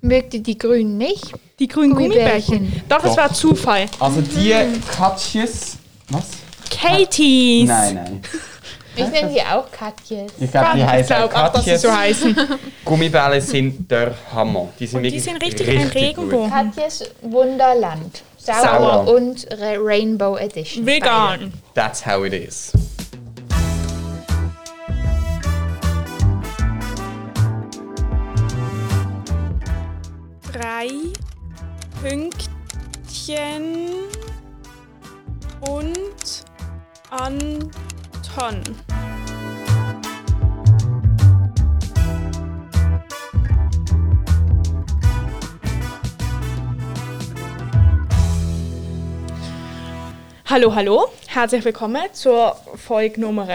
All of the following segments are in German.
Mögt ihr die Grünen nicht? Die grünen Gummibärchen. Gummibärchen. Doch, es Doch. war Zufall. Also die Mhm. Katjes. Was? Katie's. Nein, nein. Ich nenne sie auch Katjes. Ich glaube, die heißen auch glaub auch, dass sie Katjes. so heißen. Gummibälle sind der Hammer. Die sind, Die wirklich sind richtig, ein Regenbogen. Katjes Wunderland. Sauer, Sauer. und Re- Rainbow Edition. Vegan. Gut. That's how it is. Drei Pünktchen und Anton. Hallo, hallo, herzlich willkommen zur Folge Nummer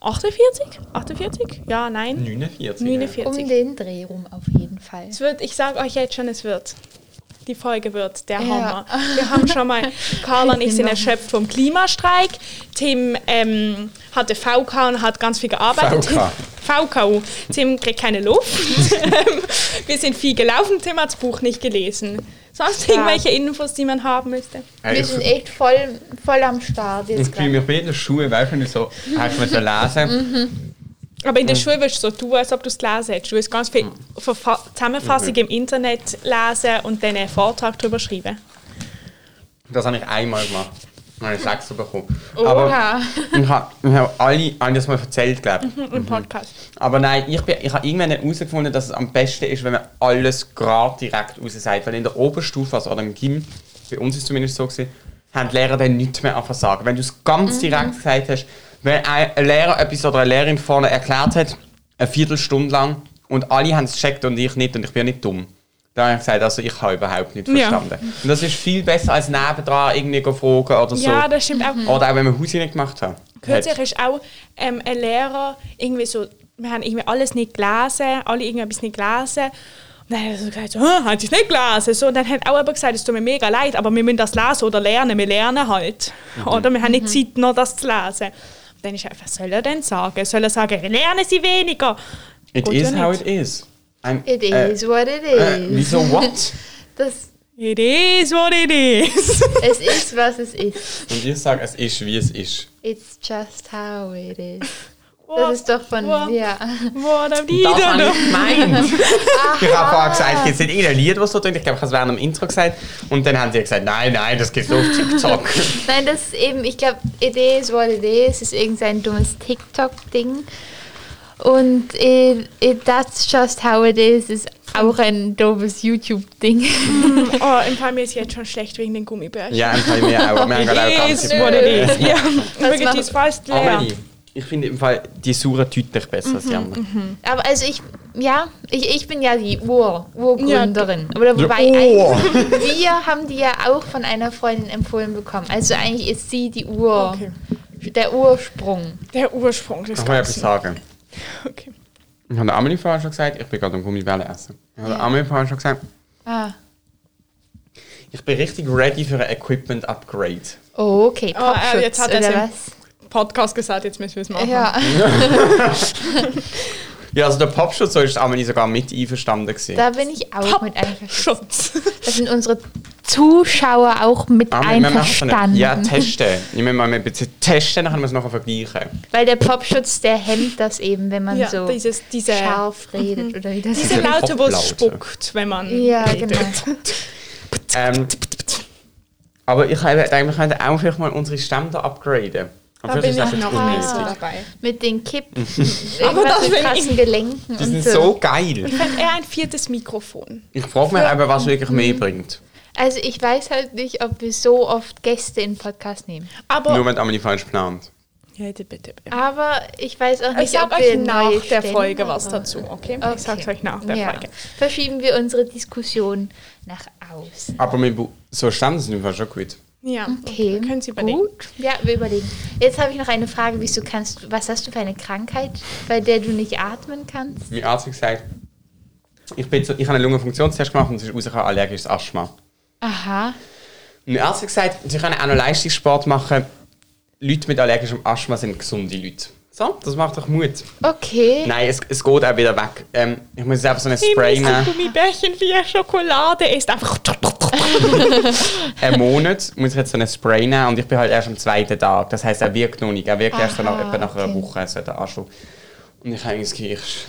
48? 48? Ja, nein. 49. 49. Um den Dreh rum auf jeden Fall. Es wird, ich sage euch jetzt schon, es wird. Die Folge wird der Ja. Hammer. Wir haben schon mal, Karl und ich sind erschöpft vom Klimastreik. Tim ähm, hatte VK und hat ganz viel gearbeitet. VK. VKU. Tim kriegt keine Luft. Ähm, Wir sind viel gelaufen, Tim hat das Buch nicht gelesen. Sonst irgendwelche Infos, die man haben müsste. Äh, Wir ich sind echt voll, voll am Start eh jetzt ich fühle gerade. mich bei jeder Schule, weißt du, wenn du so, hast du mir so Mhm. lesen. Aber in der Schule wirst du so tun, als ob du es gelesen hättest. Du wirst ganz viel Verfa- Zusammenfassung im Internet lesen und dann einen Vortrag darüber schreiben. Das habe ich einmal gemacht. Dann habe ich sechs bekommen. Oha. Aber ich habe ich habe alle, alle das mal erzählt, glaube ich. Im Podcast. Aber nein, ich, bin- ich habe irgendwann herausgefunden, dass es am besten ist, wenn man alles gerade direkt raus sagt. Weil in der Oberstufe, also an dem Gym, bei uns ist es zumindest so, gewesen, haben die Lehrer dann nichts mehr anfangen sagen. Wenn du es Mhm. ganz direkt gesagt hast, wenn ein ein Lehrer etwas oder eine Lehrerin vorne erklärt hat, eine Viertelstunde lang, und alle haben es gecheckt und ich nicht, und ich bin nicht dumm. Da habe ich gesagt, also ich habe überhaupt nicht Ja. verstanden. Und das ist viel besser als nebendran irgendwie go fragen oder so. Mhm. Ja, das stimmt auch. oder auch wenn wir Hausi nicht gemacht haben. Kürzlich ist auch ähm, ein Lehrer irgendwie so, wir haben irgendwie alles nicht gelesen, alle irgendetwas nicht gelesen. Und dann hat er so gesagt, so, «Hä, hat es nicht gelesen. So, und dann hat auch jemand gesagt, es tut mir mega leid, aber wir müssen das lesen oder lernen, wir lernen halt. Mhm. Oder wir haben Mhm. nicht Zeit, noch das zu lesen. Und dann ist einfach, was soll er denn sagen? Soll er sagen, lernen Sie weniger? It Geht is ja how nicht. it is. I'm- It äh, is what it Äh, is. wieso what? Das, It is what it is. es ist, was es ist. Und ich sage, es ist, wie es ist. It's just how it is. Das ist doch von, What- ja. What a Das habe leader. ich gemeint. ich habe vorher gesagt, es sind irgendein Lied, was so tun. Ich glaube, ich habe es während dem Intro gesagt. Und dann haben sie gesagt, nein, nein, das geht so auf TikTok. Nein, das ist eben, ich glaube, it is what it is, ist irgendein dummes TikTok-Ding. Und it, it, that's just how it is, ist auch ein doofes YouTube-Ding. Oh, im Fall mir ist jetzt schon schlecht wegen den Gummibärchen. ja, im Fall mir auch. Wir haben gerade auch ganz Yes, what it is. Ja, wirklich, macht- die ist fast leer. Amelie, ich finde im Fall die sauren Tüte nicht besser Mhm. als die anderen. Aber also ich, ja, ich, ich bin ja die Ur, Urgründerin. Oder wobei, Ur. eigentlich, wir haben die ja auch von einer Freundin empfohlen bekommen. Also eigentlich ist sie die Ur, Okay. der Ursprung. Der Ursprung des Ich muss etwas Ganzen. sagen. Okay. Ich habe der Amelie vorher schon gesagt, ich bin gerade am Gummibälle essen. Ich habe der Amelie vorher schon gesagt, Ah. ich bin richtig ready für ein Equipment-Upgrade. Oh, okay, Oh, Popschutz, äh, jetzt hat er's oder im- was? Podcast gesagt, jetzt müssen wir es machen. Ja, Ja, also der Popschutz, so ist die Amelie sogar mit einverstanden gewesen. da bin ich auch mit einverstanden. Schutz. Da sind unsere Zuschauer auch mit Ah, wir- wir machen so eine- einverstanden. Ja, testen. Ich meine, mal ein bisschen testen, dann können wir es nachher vergleichen. Weil der Popschutz, der hemmt das eben, wenn man Ja, so dieses- diese- Mhm. scharf redet oder wie das Diese Diese Laute, wo es Poplaute. spuckt, wenn man. Ja, genau. Ähm, aber ich habe gedacht, wir könnten auch vielleicht mal unsere Stämme da upgraden. Aber Da vielleicht bin ist ich das noch jetzt nicht so unnötig. dabei. mit den Kippen, Aber irgendwas das mit bin krassen Gelenken Mhm. Die und sind so. so geil. Wenn er ein viertes Mikrofon. Ich frage mich aber, was wirklich mehr bringt. Also ich weiß halt nicht, ob wir so oft Gäste in Podcast nehmen. Aber. Nur wenn Amelie falsch plant. ja, bitte, bitte, bitte. Aber ich weiß auch nicht, Ich sag ob wir euch nach neue der Stellen Folge haben. was dazu, okay? genau, Okay. Ich sag's euch nach der ja. Folge. Verschieben wir unsere Diskussion nach außen. Aber mit Bu- so Stämmen sind im Fall schon gut. Ja, Okay, können Sie überlegen. gut. Ja, wir überlegen. Jetzt habe ich noch eine Frage, wieso kannst du, was hast du für eine Krankheit, bei der du nicht atmen kannst? Mein Arzt hat gesagt, ich, bin so, ich habe einen Lungenfunktionstest gemacht und es ist rausgekommen, allergisches Asthma. Aha. Und der Arzt hat gesagt, sie können auch noch Leistungssport machen. Leute mit allergischem Asthma sind gesunde Leute. So, das macht doch Mut. Okay. Nein, es, es geht auch wieder weg. Ähm, ich muss jetzt einfach so ein Ich Spray nehmen. Gummibärchen wie eine Schokolade ist. Einfach. Einen Monat muss ich jetzt so ein Spray nehmen und ich bin halt erst am zweiten Tag. Das heisst, er wirkt noch nicht. Er wirkt erst so nach, Aha, etwa nach einer okay. Woche, so der Anschub. Und ich habe eigentlich das Gefühl, ich-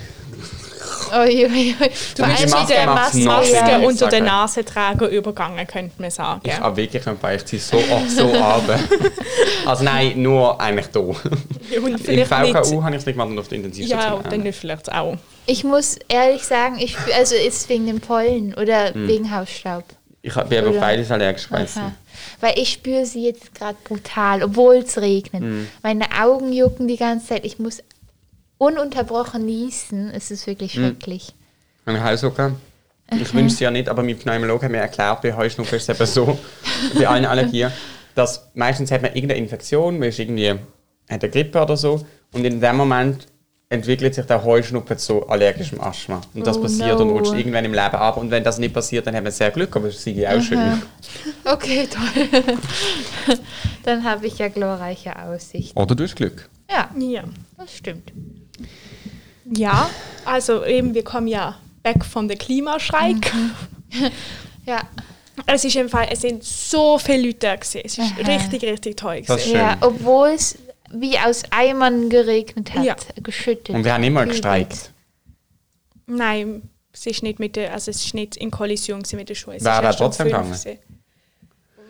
Uiuiui. Du bist Ist Maske mit der macht's Mas noch schlimmer, Maske ich unter sag den euch. Nasenträger übergangen, könnte man sagen. Ich habe wirklich ein paar, ich ziehe so oft so runter. Also nein, nur eigentlich da. Und Im vielleicht nicht. VKU habe ich es nicht gemacht und auf der Intensivstation. Ja, auch und dann nicht. vielleicht auch. Ich muss ehrlich sagen, ich, also ist wegen dem Pollen oder Hm. wegen Hausstaub. ich hab- bin aber auf Oder- beides allergisch Aha. gewesen. Weil ich spüre sie jetzt gerade brutal, obwohl es regnet. Hm. Meine Augen jucken die ganze Zeit. Ich muss ununterbrochen niesen. Es ist wirklich Hm. schrecklich. Ein Halshocker. Ich wünsche es ja nicht, aber mein Pneumologe hat mir erklärt, bei Heuschnupfen ist es eben so, bei allen Allergien, dass meistens hat man irgendeine Infektion, man ist irgendwie, hat eine Grippe oder so, und in dem Moment entwickelt sich der Heuschnupfen zu allergischem Asthma. Und das Oh passiert und no. rutscht irgendwann im Leben ab. Und wenn das nicht passiert, dann haben wir sehr Glück, aber es ist auch schön. Okay, toll. Dann habe ich ja glorreiche Aussicht. Oder du hast Glück. Ja, Ja. das stimmt. ja, also eben, wir kommen ja weg von der Klimaschreik. Ja, Es ist im Fall, es sind so viele Leute da gewesen. Es ist Aha. richtig, richtig toll Das gewesen. Schön. ja obwohl es wie aus Eimern geregnet hat, Ja. geschüttet. Und wir haben immer Übel. gestreikt. Nein, es ist nicht mit der, also es ist nicht in Kollision gewesen mit der Schule. Es Wäre ist da erst um trotzdem fünf gegangen? gewesen.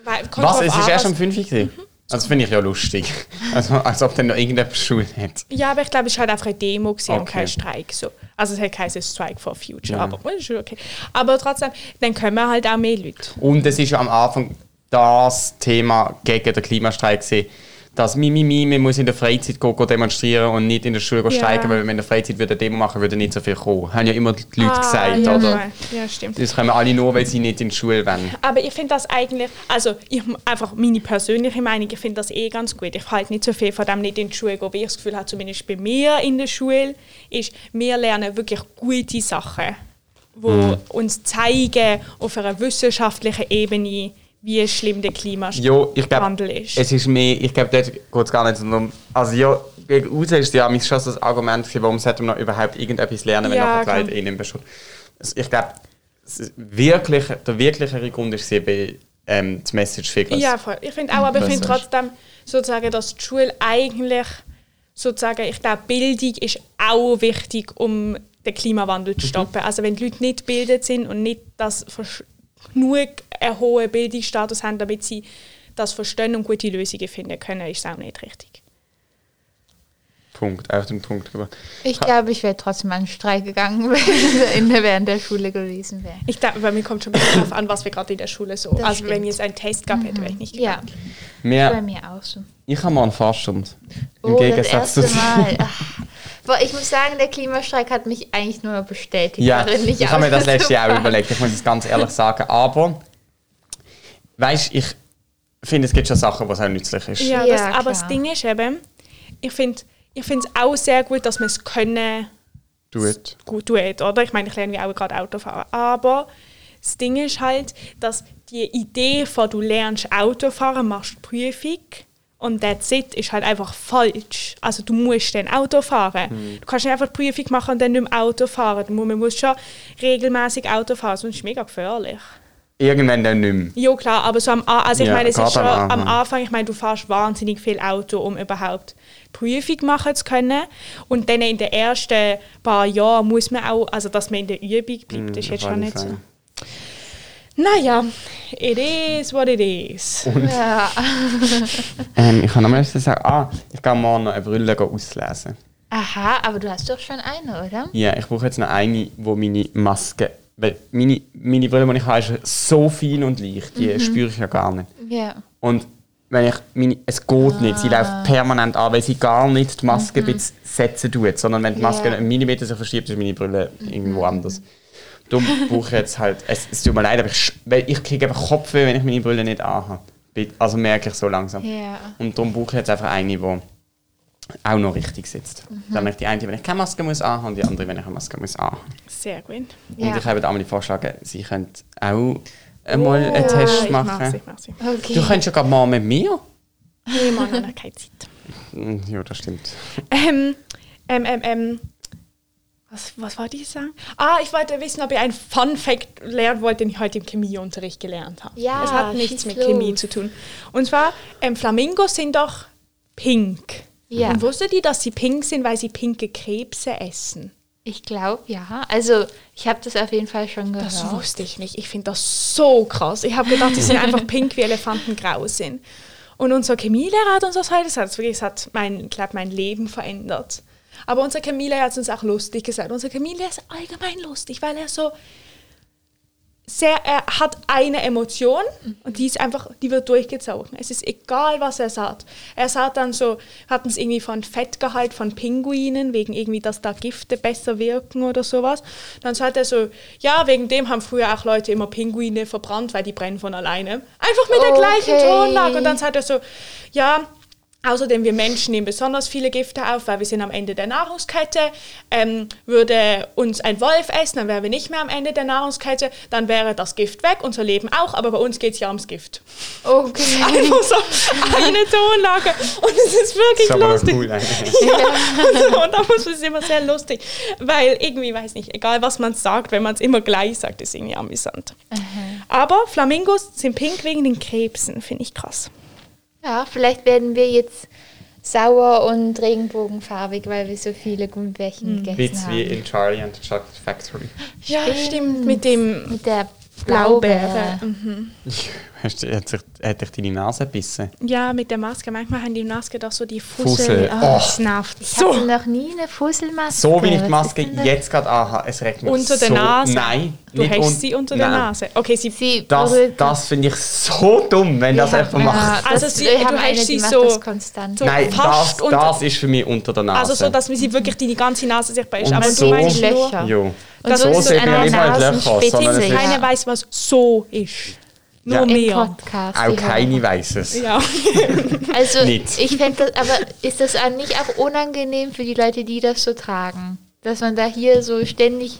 Weil, kommt Was? drauf Es an, ist erst was- um 5 Uhr? gewesen? mhm. Das finde ich ja lustig. Also, als ob dann noch irgendjemand Schule hat. Ja, aber ich glaube, es war halt einfach eine Demo gewesen und Okay. Mhm. kein Streik. So. Also es hat geheißen Strike for Future, Ja. aber das ist schon okay. Aber trotzdem, dann kommen halt auch mehr Leute. Und es ist ja am Anfang das Thema gegen den Klimastreik gewesen, dass Mimimi, man muss in der Freizeit gehen, gehen demonstrieren und nicht in der Schule gehen Ja. streiken, weil wenn man in der Freizeit würde eine Demo machen, würde nicht so viel kommen. Haben ja immer die Leute Ah, gesagt, ja, oder? nein. Ja, stimmt. Das kommen alle nur, weil sie nicht in die Schule wollen. Aber ich finde das eigentlich, also ich, einfach meine persönliche Meinung, ich finde das eh ganz gut. Ich halte nicht so viel von dem nicht in die Schule gehen, weil ich das Gefühl habe, zumindest bei mir in der Schule, ist, wir lernen wirklich gute Sachen, wo Mhm. uns zeigen auf einer wissenschaftlichen Ebene, wie schlimm der Jo, ich glaube, Klimawandel ist. es ist mehr, ich glaube, dort geht es gar nicht darum. Also ja, gegen raus ist ja mich schon so das Argument gewesen, warum sollte man noch überhaupt irgendetwas lernen, wenn Ja, nachher die Welt klar. eh nicht mehr schuld. Also, ich glaube, es ist wirklich, der wirklichere Grund ist sie bei ähm, das Message Figures. Ja, voll. Ich finde auch, aber ich Weißt finde du? trotzdem sozusagen, dass die Schule eigentlich sozusagen, ich glaube, Bildung ist auch wichtig, um den Klimawandel zu stoppen. Also wenn die Leute nicht gebildet sind und nicht das versch- genug einen hohen Bildungsstatus haben, damit sie das verstehen und gute Lösungen finden können, ist es auch nicht richtig. Punkt, auf den Punkt gebracht. Ich glaube, ich wäre trotzdem an den Streik gegangen, wenn ich in der- während der Schule gewesen wäre. Ich glaube, bei mir kommt schon ein bisschen darauf an, was wir gerade in der Schule so. Das also wenn stimmt. es einen Test gab, hätte ich nicht Ja, bei Mehr, mir auch so. ich habe mal einen Fahrstunde. Im Oh, Gegensatz das erste zu Mal. Ach. Boah, ich muss sagen, der Klimastreik hat mich eigentlich nur bestätigt. Ja, darin, nicht ich habe mir das letzte Jahr auszufahren. überlegt, ich muss es ganz ehrlich sagen. Aber, weißt du, ich finde, es gibt schon Sachen, was auch nützlich ist. Ja, Ja, das, aber das klar. Ding ist eben, ich finde ich finde es auch sehr gut, dass wir es können Do it. gut tut, oder? Ich meine, ich lerne ja auch gerade Autofahren. Aber das Ding ist halt, dass die Idee von du lernst Autofahren, machst die Prüfung und that's it, ist halt einfach falsch. Also du musst dann Auto fahren. Du kannst nicht einfach die Prüfung machen und dann nicht mehr Auto fahren. Du mu- Man muss schon regelmäßig Auto fahren, sonst ist es mega gefährlich. Irgendwann dann nicht mehr. Ja, klar, aber so am Anfang, also ich Ja, meine, es gerade ist schon am am Anfang. Anfang. ich meine, du fährst wahnsinnig viel Auto, um überhaupt Prüfung machen zu können. Und dann in den ersten paar Jahren muss man auch, also dass man in der Übung bleibt, ist jetzt Mm, Auf schon alle nicht so. Fälle. Naja, it is what it is. Ja. Ähm, ich kann nochmal sagen, ah, ich gehe morgen noch eine Brille gehen auslesen. Aha, aber du hast doch schon eine, oder? Ja, ich brauche jetzt noch eine, wo meine Maske. Weil meine, meine Brille, die ich habe, ist so fein und leicht, die Mhm. spüre ich ja gar nicht. Ja. Und wenn ich meine, es geht nicht, sie Ah. läuft permanent an, weil sie gar nicht die Maske mhm. setzen tut, sondern wenn die Maske Ja. Mhm. einen Millimeter sich verschiebt, ist meine Brille irgendwo anders. Darum brauche ich jetzt halt, es, es tut mir leid, aber ich, sch- weil ich kriege einfach Kopfweh, wenn ich meine Brille nicht anhabe. Bi- Also merke ich so langsam. Ja. Und darum brauche ich jetzt einfach eine, die auch noch richtig sitzt. Mhm. Dann habe ich die eine, wenn ich keine Maske muss anhaben und die andere, wenn ich eine Maske muss anhaben. Sehr gut. Ja. Und ich habe Amelie vorgeschlagen, sie könnte auch einmal einen Test ich mach's, machen. ich mach's. Okay. Du könntest ja gerade mal mit mir. Ich habe keine Zeit. Mm, Ja, das stimmt. Ähm, ähm, ähm, ähm. Was, was wollte ich sagen? Ah, ich wollte wissen, ob ihr einen Fun Fact lernen wollt, den ich heute im Chemieunterricht gelernt habe. Ja, Es hat nichts schieß mit los. Chemie zu tun. Und zwar, ähm, Flamingos sind doch pink. Ja. Und wusstet ihr, dass sie pink sind, weil sie pinke Krebse essen? Ich glaube, ja. Also, ich habe das auf jeden Fall schon gehört. Das wusste ich nicht. Ich finde das so krass. Ich habe gedacht, die sind einfach pink, wie Elefanten grau sind. Und unser Chemielehrer hat uns das heute gesagt. Das wirklich- das hat mein, ich glaube, mein Leben verändert. Aber unser Chemielehrer hat es uns auch lustig gesagt. Unser Chemielehrer ist allgemein lustig, weil er so sehr, er hat eine Emotion und die ist einfach, die wird durchgezogen. Es ist egal, was er sagt. Er sagt dann so, hat uns irgendwie von Fettgehalt von Pinguinen, wegen irgendwie, dass da Gifte besser wirken oder sowas. Dann sagt er so, ja, wegen dem haben früher auch Leute immer Pinguine verbrannt, weil die brennen von alleine. Einfach mit der gleichen Okay. Tonlage. Und dann sagt er so, ja, Außerdem, wir Menschen nehmen besonders viele Gifte auf, weil wir sind am Ende der Nahrungskette. Ähm, würde uns ein Wolf essen, dann wären wir nicht mehr am Ende der Nahrungskette, dann wäre das Gift weg, unser Leben auch, aber bei uns geht es ja ums Gift. Okay. Einfach so eine Tonlage. Und es ist wirklich Das ist aber noch lustig. cool eigentlich. Ja. Und da muss es immer sehr lustig, weil irgendwie, weiß nicht, egal was man sagt, wenn man es immer gleich sagt, ist irgendwie amüsant. Aber Flamingos sind pink wegen den Krebsen, finde ich krass. Ja, vielleicht werden wir jetzt sauer und regenbogenfarbig, weil wir so viele Hm. Gummibärchen gegessen Witz wie haben. in Charlie and the Chocolate Factory. Ja, stimmt. Mit dem Mit der Blaubeere. Hm. Blaubeere. Hast du, hat, sich, hat dich deine Nase gebissen? Ja, mit der Maske. Manchmal haben die Maske doch so die Fussel. Fussel. Ah, Oh. das nervt. Ich hatte noch nie eine Fusselmaske. So wie ich Was die Maske ist denn das? jetzt gerade anhabe, es regt mich genau Unter so. der Nase? Nein. Du nicht hast un- sie unter der Nein. Nase. Also, Okay, sie. Sie Das, berührt- das finde ich so dumm, wenn das Ja, jemand macht. Ja, Also also sie, sie- wir du haben hast eine, sie die macht so- das konstant. so- Nein, das, fast unter- das ist für mich unter der Nase. also so, dass sie wirklich die, die ganze Nase sich beißt. Und Aber so- du meinst Löcher. nur, Ja. Jo. Und so ist es sieht man eine nicht mal die Löcher, Nasenspitze. sondern es ist- keiner weiß, was so ist. Nur Ja. Im mehr. Podcast. Auch ja. keine weiß es. Ja. Also Nicht. ich fände das, aber ist das auch nicht auch unangenehm für die Leute, die das so tragen? Dass man da hier so ständig,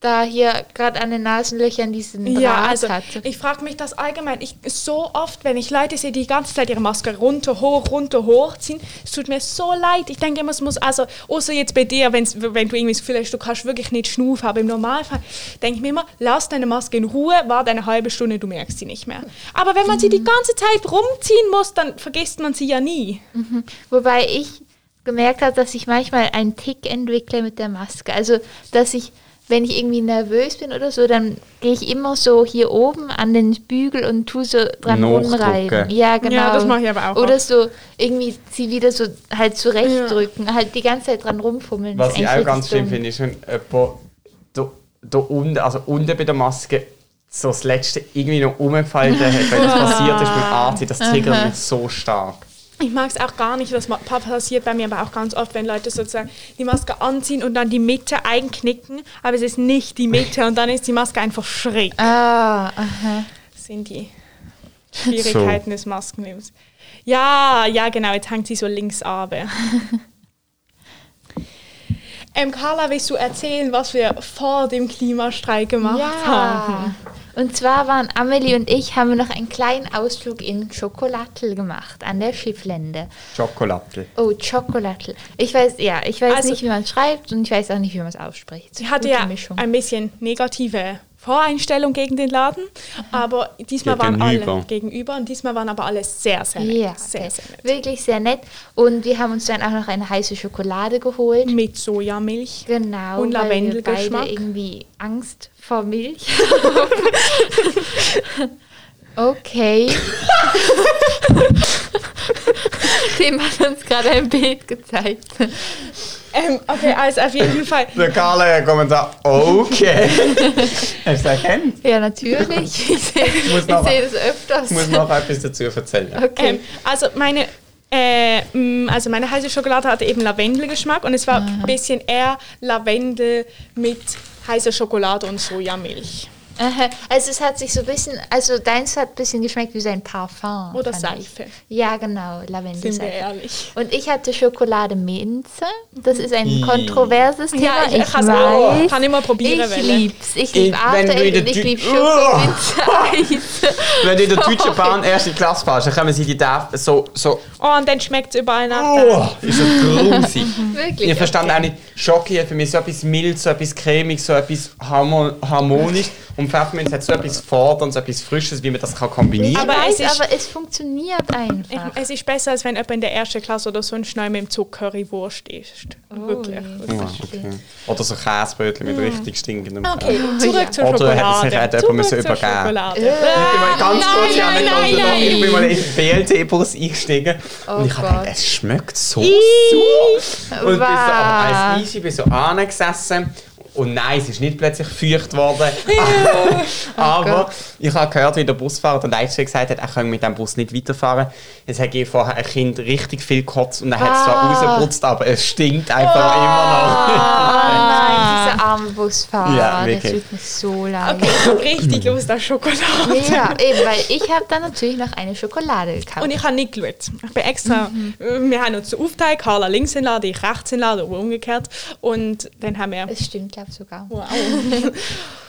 da hier gerade an den Nasenlöchern diesen Draht Ja, also hat. ich frage mich das allgemein. Ich, so oft, wenn ich Leute sehe, die die ganze Zeit ihre Maske runter, hoch, runter, hoch ziehen, es tut mir so leid. Ich denke immer, es muss, also, außer jetzt bei dir, wenn's, wenn du irgendwie das Gefühl hast, du kannst wirklich nicht schnuffen, aber im Normalfall denke ich mir immer, lass deine Maske in Ruhe, warte eine halbe Stunde, du merkst sie nicht mehr. Aber wenn man sie die ganze Zeit rumziehen muss, dann vergisst man sie ja nie. Wobei ich gemerkt habe, dass ich manchmal einen Tick entwickle mit der Maske. Also, dass ich, wenn ich irgendwie nervös bin oder so, dann gehe ich immer so hier oben an den Bügel und tu so dran Nachdrücken. rumreiben. Ja, genau. das mache ich aber auch Oder oft. so irgendwie sie wieder so halt zurechtdrücken, halt die ganze Zeit dran rumfummeln. Was Ist ich eigentlich auch ganz richtig schlimm dumm. finde, ist, wenn jemand da, da unten, also unten bei der Maske, so das letzte irgendwie noch umgefallen hat, wenn das passiert ist beim Anziehen, das triggert mich so stark. Ich mag es auch gar nicht, das ma- passiert bei mir aber auch ganz oft, wenn Leute sozusagen die Maske anziehen und dann die Mitte einknicken, aber es ist nicht die Mitte und dann ist die Maske einfach schräg. Ah, aha. Das sind die Schwierigkeiten des Maskenlebens. Ja, ja, genau, jetzt hängt sie so links ab. ähm, Carla, willst du erzählen, was wir vor dem Klimastreik gemacht haben? Ja. Und zwar waren Amelie und ich, haben wir noch einen kleinen Ausflug in Schokolattel gemacht, an der Schifflände. Schokolade. Oh, Chocolatl. Ich weiß, ja, ich weiß Also- nicht, wie man es schreibt und ich weiß auch nicht, wie man es ausspricht. Sie hatte Gute ja Mischung. ein bisschen negative Voreinstellung gegen den Laden, aber diesmal waren alle Gegenüber. gegenüber und diesmal waren aber alle sehr, sehr nett. ja, sehr, okay. sehr nett. wirklich sehr nett. Und wir haben uns dann auch noch eine heiße Schokolade geholt. Mit Sojamilch. Genau, Mhm. Und weil wir Lavendelgeschmack. beide irgendwie Angst vor Milch. okay. Dem hat uns gerade ein Bild gezeigt. Ähm, okay, also auf jeden Fall. Der Karl kommt und sagt, okay. Hast du erkannt? Ja, natürlich. Ich sehe ich noch- sehe das öfters. Ich muss noch etwas dazu erzählen. Okay. Ähm, also meine äh, mh, also meine heiße Schokolade hatte eben Lavendelgeschmack und es war ein bisschen eher Lavendel mit heißer Schokolade und Sojamilch. Aha. Also es hat sich so ein bisschen, also deins hat ein bisschen geschmeckt wie sein Parfum. Oder fand ich. Seife. Ja, genau, Sind wir Lavendelseife. ehrlich. Und ich hatte Schokolade Minze. Das ist ein Ih. kontroverses Thema. Ja, ich, ich ich auch. weiß. Kann ich mal probieren, Ich lieb's. Ich Ich- lieb wenn du in After-Eis der und ich Tü- lieb Uah. Schokolade. Wenn du in der Sorry. deutschen Bahn erste Klasse fährst, dann kommen sie die da so, so, Oh, und dann schmeckt es überall nach. oh, ist so grusig. Wirklich. Ich verstand auch nicht, Schoki hat für mich so etwas mild, so etwas cremig, so etwas harmo- harmonisch und Pfefferminz hat so etwas fordernd, so etwas frisches, wie man das kann kombinieren kann. aber, Aber weiß, es ist- aber es funktioniert Ich, einfach. es ist besser, als wenn jemand in der ersten Klasse oder so ein Schnee mit dem Zug Currywurst isst. Oh, Wirklich. je. Ah, okay. Ah, Oder so Käsebrötchen mit richtig stinkendem Okay, Käse. zurück Oh, ja. zur Oder Schokolade. hätte sich hätte jemand Zurück müssen zur übergeben. Schokolade. Ich bin mal ganz Nein, kurz in nein, Anekdote nein, noch. Ich bin nein. mal in den BLT-Bus eingestiegen und ich habe Gott. gedacht, es schmeckt so sauer. Und bin so, aber Wow. als Easy bin so angesessen und nein, es ist nicht plötzlich feucht worden. aber Gott. ich habe gehört, wie der Busfahrer der Leitstelle gesagt hat, er könne mit dem Bus nicht weiterfahren. Es hat ihr vorher ein Kind richtig viel gekotzt und er hat es zwar Ah. rausgeputzt, aber es stinkt einfach immer noch. Oh nein, dieser arme Busfahrer, Ja, das wirklich. tut mir so leid. Okay, ich habe richtig Lust auf Schokolade. Ja, eben, weil ich habe dann natürlich noch eine Schokolade gekauft. Und ich habe nicht geschaut. Ich bin extra, Mhm. wir haben uns so aufgeteilt, Carla links hinladen, ich rechts hinladen oder umgekehrt. Und dann haben wir... das stimmt, glaube ich sogar. Wow.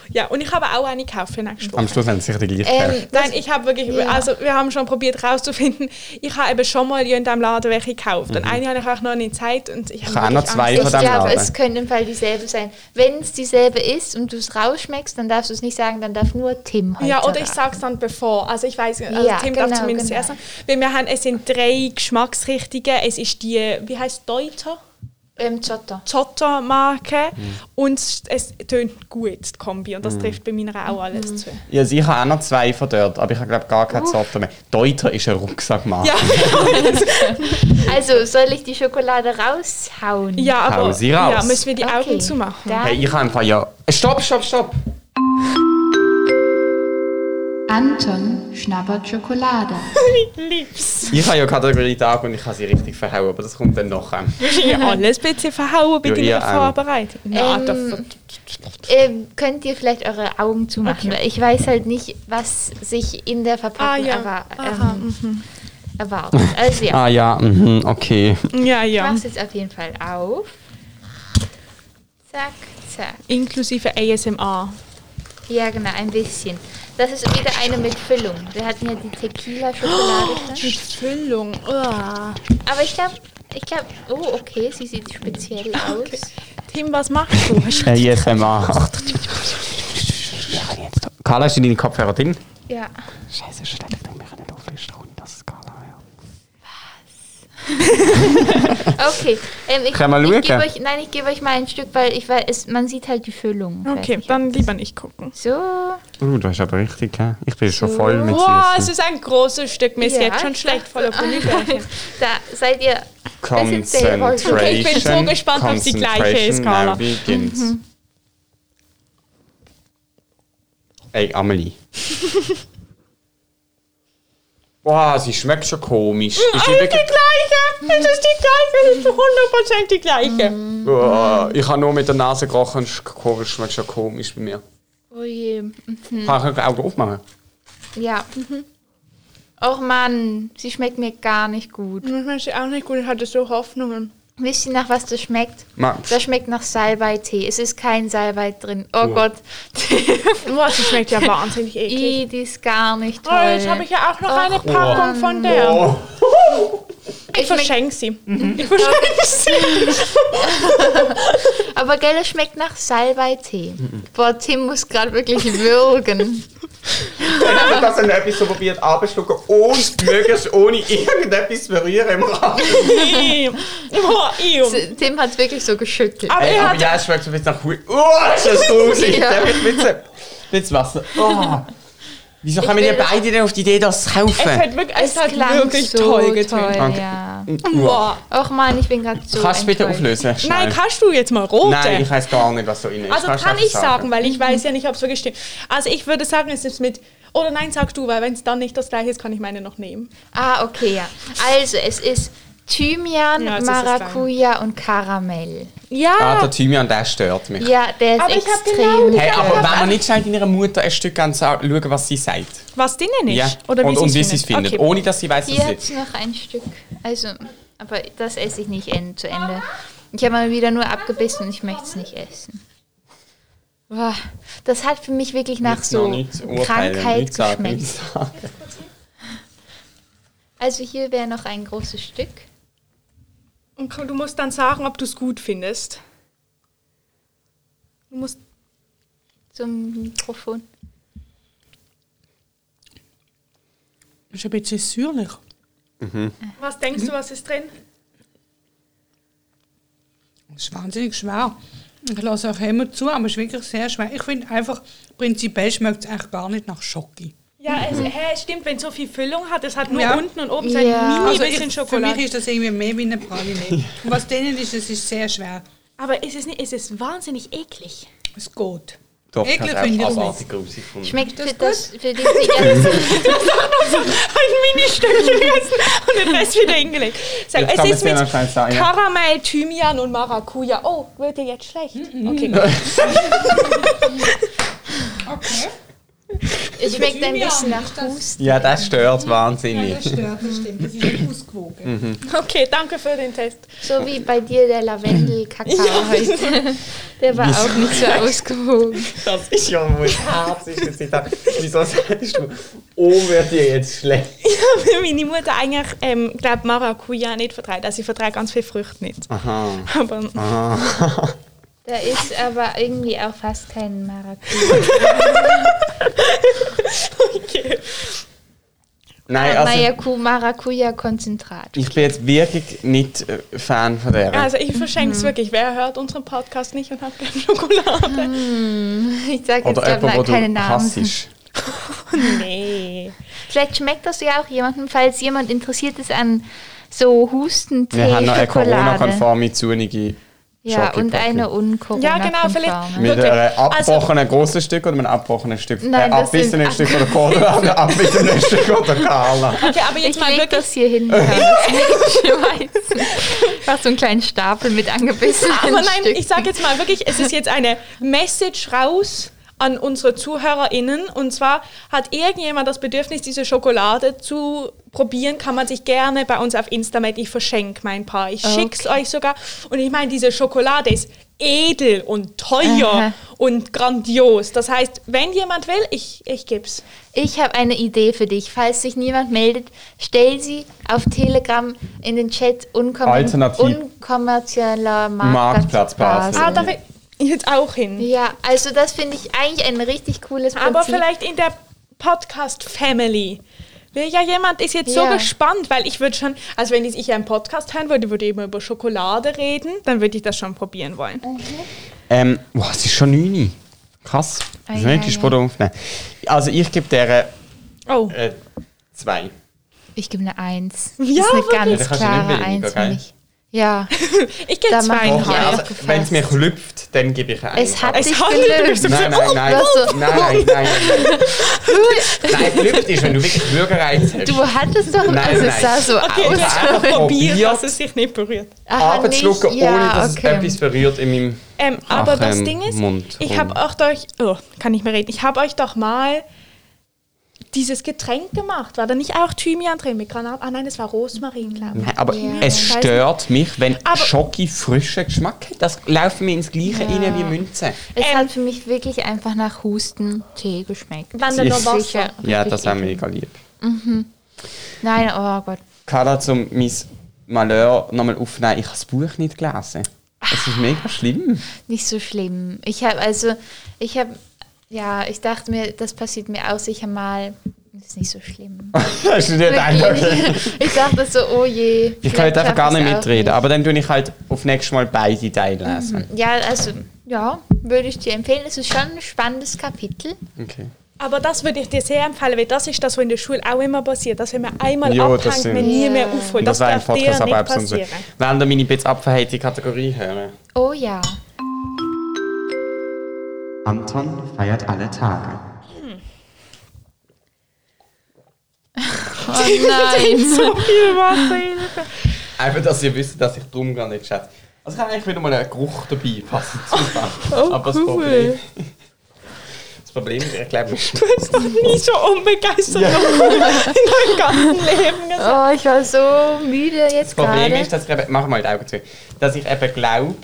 ja, und ich habe auch eine gekauft für nächste Woche. Am Schluss haben sie sich die gleich Ähm, gekauft. Nein, ich habe wirklich, Ja. also wir haben schon probiert herauszufinden, ich habe eben schon mal in diesem Laden welche gekauft. Und eine habe ich auch noch nicht Zeit und ich Mhm. Ich habe auch habe noch wirklich zwei Angst. von Ich dem glaube, Laden. es könnte im Fall dieselbe sein. Wenn es dieselbe ist und du es rausschmeckst, dann darfst du es nicht sagen, dann darf nur Tim heute Ja, oder ich raten. sage es dann bevor. Also ich weiß, also Ja, Tim genau, darf zumindest genau. erst sagen. Weil wir haben, es sind drei Geschmacksrichtungen. Es ist die, wie heißt Deuter? Ähm, Giotto. Zotter-Marke. Mhm. Und es- es tönt gut, die Kombi. Und das trifft bei meiner auch alles Mhm. zu. Ja, also ich habe auch noch zwei von dort, aber ich habe glaube gar keine Sorte mehr. Deuter ist ein Rucksackmarke. Ja, Also, soll ich die Schokolade raushauen? ja aber Hau sie ja, raus. müssen wir die Okay. Augen zumachen. Da- Hey, ich habe einfach ja... Stopp, stopp, stopp! Anton schnabbert Schokolade. Liebs. Ich habe ja Kategorie Tag und ich kann sie richtig verhauen, aber das kommt dann nachher. Ja, alles bitte verhauen bei Ja, deiner ihr auch. Vorbereitung. Ja, Ähm, da ver- Ähm, könnt ihr vielleicht eure Augen zumachen? Weil ich weiß halt nicht, was sich in der Verpackung Ah, ja. erwar Aha, mhm. ähm, erwartet. Also ja, Ah ja, mhm, okay. ja, ich ja. mach's jetzt auf jeden Fall auf. Zack, zack. Inklusive ASMR. Ja, genau, ein bisschen. Das ist wieder eine mit Füllung. Wir hatten ja die Tequila-Schokolade drin. Mit Füllung. Uah. Aber ich glaube, ich glaube, oh, okay, sie sieht speziell aus. Tim, was machst du? ASMR. Carla, ist in deinen Kopfhörer drin? Ja. Scheiße, stell dich wir können nicht auflisten, dass es Carla hört. Okay. Ähm, ich, Kann man ich gebe schauen. euch, nein, ich gebe euch mal ein Stück, weil ich weiß, es, man sieht halt die Füllung. Ich weiß Okay, nicht, ob dann das- lieber nicht gucken. So. Uh, du hast aber richtig, hä? Ich bin schon voll mit Wow, es Süßen. ist ein großes Stück. Mir ist Ja, jetzt schon ich schlecht voller Gummibärchen. Da seid ihr. Okay, ich bin so gespannt, ob sie gleiche Mhm. ist, Carla. Concentration now begins. Ey, Amelie. Boah, sie schmeckt schon komisch. Ist sie Alles die wirklich, gleiche! Es ist die gleiche! Es ist 100% die gleiche! Boah, ich habe nur mit der Nase gerochen und sch- Korisch schmeckt schon komisch bei mir. Oh je. Mm. Kann ich die Augen aufmachen? Ja. Mhm. Och Mann, sie schmeckt mir gar nicht gut. Das fand ich auch nicht gut. Ich hatte so Hoffnungen. Wisst ihr nach was das schmeckt? Ma- Das schmeckt nach Salbei-Tee. Es ist kein Salbei drin. Oh Gott. Boah, sie schmeckt ja wahnsinnig eklig. I, die ist gar nicht Oh, toll. jetzt habe ich ja auch noch eine Boah. Packung von der. Oh. Ich verschenke sie. Mhm. Ich verschenke sie. Aber gell, es schmeckt nach Salbei-Tee. Boah, Tim muss gerade wirklich würgen. Ich habe dann etwas so probiert, abschlucken und möglichst ohne irgendetwas berühren im Rahmen. Boah, ew. Tim hat es wirklich so geschüttelt. Aber Ey, er aber hat ja, es schmeckt so ein bisschen nach Hui. Oh, ist das gruselig. Ja. ja. Bitte, bitte Wasser. Oh. Wieso kommen will wir das- beide denn auf die Idee, das zu Es kaufen? hat wirklich, es hat klang wirklich toll getönt. Danke. ja. Boah. Och Mann, ich bin gerade so Kannst du bitte enttäuscht. auflösen? Schnell. Nein, kannst du jetzt mal rote? Nein, ich weiß gar nicht, was so in ist. also Kannst du kann einfach ich sagen, weil ich weiß ja nicht, ob es wirklich stimmt. Also ich würde sagen, es ist mit... Oder nein, sag du, weil wenn es dann nicht das gleiche ist, kann ich meine noch nehmen. Ah, okay, ja. Also, es ist Thymian, Ja, jetzt ist es Maracuja und Karamell. Ah, Ja, der Thymian, der stört mich. Ja, der ist Aber ich hab extrem. genau Hey, aber lecker. wenn man nicht schnell deiner Mutter ein Stück ganz schauen, was sie sagt. was drinnen ist. Ja. Oder wie und, sie und wie es sie es findet. Okay. Ohne, dass sie weiß, dass Hier es jetzt ist. noch ein Stück. Also, aber das esse ich nicht end zu Ende. Ich habe mal wieder nur abgebissen und ich möchte es nicht essen. Boah, das hat für mich wirklich nach Jetzt so noch nicht urteilen, Krankheit nicht sagen, geschmeckt. nicht sagen. Also hier wäre noch ein großes Stück. Und du musst dann sagen, ob du es gut findest. Du musst. zum Mikrofon. Ist ein bisschen süßlich. Was denkst du, was ist drin? Das ist wahnsinnig schwer. Ich lasse auch immer zu, aber es ist wirklich sehr schwer. Ich finde einfach, prinzipiell schmeckt es echt gar nicht nach Schoki. Ja, es, hä, stimmt, wenn es so viel Füllung hat, es hat nur Ja. unten und oben so Ja. ein mini Also bisschen ich, für Schokolade. mich ist das irgendwie mehr wie eine Praline. Und was denen ist, es ist sehr schwer. Aber ist es, nicht, ist es wahnsinnig eklig? Es geht. Doch, Eklig das finde ich ist das abartig grusig von mir. Schmeckt Das für ist das, für die Zigarette. ein Mini-Stückchen gegessen und den Rest wieder hingelegt. Sag, Jetzt es kann man ist es mir mit noch schnell sagen, ja. Karamell, Thymian und Maracuja. Oh, wird dir jetzt schlecht? Mhm, Okay, gut. Okay. Es schmeckt ein Thymian, bisschen ist nach das- Hust. Ja, das stört Ja, wahnsinnig. das stört, das stimmt. Das ist nicht ausgewogen. okay, danke für den Test. So wie bei dir der Lavendel-Kakao heute. Der war auch nicht so ausgewogen. Das ist ja wohl herzlich, dass ich da. Wieso sagst du, oh, wird dir jetzt schlecht? Weil meine Mutter eigentlich, ähm, glaube Maracuja nicht vertreibt. Also sie vertreibt ganz viel Früchte nicht. Aha. Ah. Aber Da ist aber irgendwie auch fast kein Maracuja. okay. Nein, Ah, also, Maracu- Maracuja-Konzentrat. ich bin jetzt wirklich nicht äh, Fan von der. Also ich verschenke es Mhm. wirklich. Wer hört unseren Podcast nicht und hat gerne Schokolade? Mhm. Ich sage jetzt Oder gerade jemand, mal wo keine du Namen. hassisch. nee. Vielleicht schmeckt das ja auch jemandem, falls jemand interessiert ist an so Hustentee, Wir haben noch eine Schokolade. Corona-konforme, zunige Ja, und Schokipoppi. eine unkorona Ja, genau, vielleicht- Mit Wirklich. einem Also- abgebrochenen großen Stück oder einem abgebrochenen Stück? Nein, äh, das sind abbissenen ab- Stück oder Cola, einem abbissenen Stück oder Kala. Okay, aber jetzt Ich mal leg wirklich. das hier hin. Karin, das ist nicht weiß. Mach so einen kleinen Stapel mit angebissenen Aber nein, Stücken. ich sage jetzt mal wirklich, es ist jetzt eine Message raus an unsere ZuhörerInnen. Und zwar hat irgendjemand das Bedürfnis, diese Schokolade zu probieren, kann man sich gerne bei uns auf Instagram. Ich verschenke mein Paar. Ich schick's euch sogar. Und ich meine, diese Schokolade ist edel und teuer Aha. und grandios. Das heißt, wenn jemand will, ich, ich geb's. Ich habe eine Idee für dich. Falls sich niemand meldet, stell sie auf Telegram in den Chat unkommer Alternativ- unkommerzieller Marktplatz. Marktplatz Basel. Ah, darf ich jetzt auch hin? Ja, also das finde ich eigentlich ein richtig cooles Prinzip. Aber vielleicht in der Podcast-Family. Will ja jemand ist jetzt so Ja. gespannt, weil ich würde schon, also wenn ich einen Podcast hören würde, würde ich immer über Schokolade reden, dann würde ich das schon probieren wollen. Oh. Ähm, wow, es ist schon 9 Uhr. Krass. Ah, Das ist ja, wirklich ja. spät aufnehmen. Also ich gebe der Oh, äh, zwei. ich gebe eine Eins. Ja, das ist eine wirklich? ganz Da kannst du nicht klare weniger, Eins für gell? mich. Ja, ich gehe da mach ich Ja, Okay, zweieinhalb. also, aufgefasst. wenn es mir lüpft, dann gebe ich eine es hat Es dich hat- gelöst. Nein, nein, nein. Oh, oh, Nein, nein, nein. Nein, nein gelüpft ist, wenn du wirklich Bürgerreiz hast. Du hattest doch, Nein, also es nein. sah so Okay, aus. du hast einfach einfach probiert, probiert. dass es sich nicht berührt. Aha, nicht- Abzuschlucken, ohne ja, dass okay. es etwas berührt in meinem Ähm, Ach, aber das ähm, Ding ist, Mund ich rum. habe auch durch, oh, kann nicht mehr reden, ich habe euch doch mal dieses Getränk gemacht. War da nicht auch Thymian drin mit Granat? Ah nein, das war Rosmarin, glaube ich. Nein, aber Ja. es Ich weiß stört mich, wenn Aber- Schoki frischen Geschmack hat. Das läuft mir ins Gleiche Ja. rein wie Münze. Es Ähm, hat für mich wirklich einfach nach Husten-Tee geschmeckt. Waren da Sie noch ist Wasser? Sicher. Ja, richtig das haben wir eklig. mega lieb. Nein, oh Gott. Kara, um mein Malheur nochmal aufzunehmen, ich habe das Buch nicht gelesen. Es ist mega schlimm. Nicht so schlimm. Ich habe, also, ich habe, ja, ich dachte mir, das passiert mir auch sicher mal. Das ist nicht so schlimm. Hast du nicht einfach. Wirklich. ich dachte so, oh je. Ich kann vielleicht jetzt einfach gar schaff nicht ich's auch mitreden, aber dann tue ich halt auf nächstes Mal beide Teile Mhm. lesen. Ja, also, ja, würde ich dir empfehlen. Es ist schon ein spannendes Kapitel. Okay. Aber das würde ich dir sehr empfehlen, weil das ist das, was in der Schule auch immer passiert. Dass wenn man einmal Ja, das abhängt, sind- man nie Ja. mehr aufholt. Und Das, das war ein darf dir Podcast, nicht aber abends. passieren. Wenn ihr meine Bits abverheilte Kategorie hören. Oh ja. Anton feiert alle Tage. Oh nein. Oh So viel Wasser. Hilfe. Einfach, dass ihr wisst, dass ich drum gar nicht schätze. Also ich habe eigentlich wieder mal einen Geruch dabei, passend zu Aber das Oh, cool. Problem... Das Problem ist, ich glaube, ich Du bist noch nie so unbegeistert in deinem ganzen Leben. gesagt. Oh, ich war so müde jetzt Das Problem gerade. ist, dass ich eben, mach mal die Augen zu, dass ich eben glaube,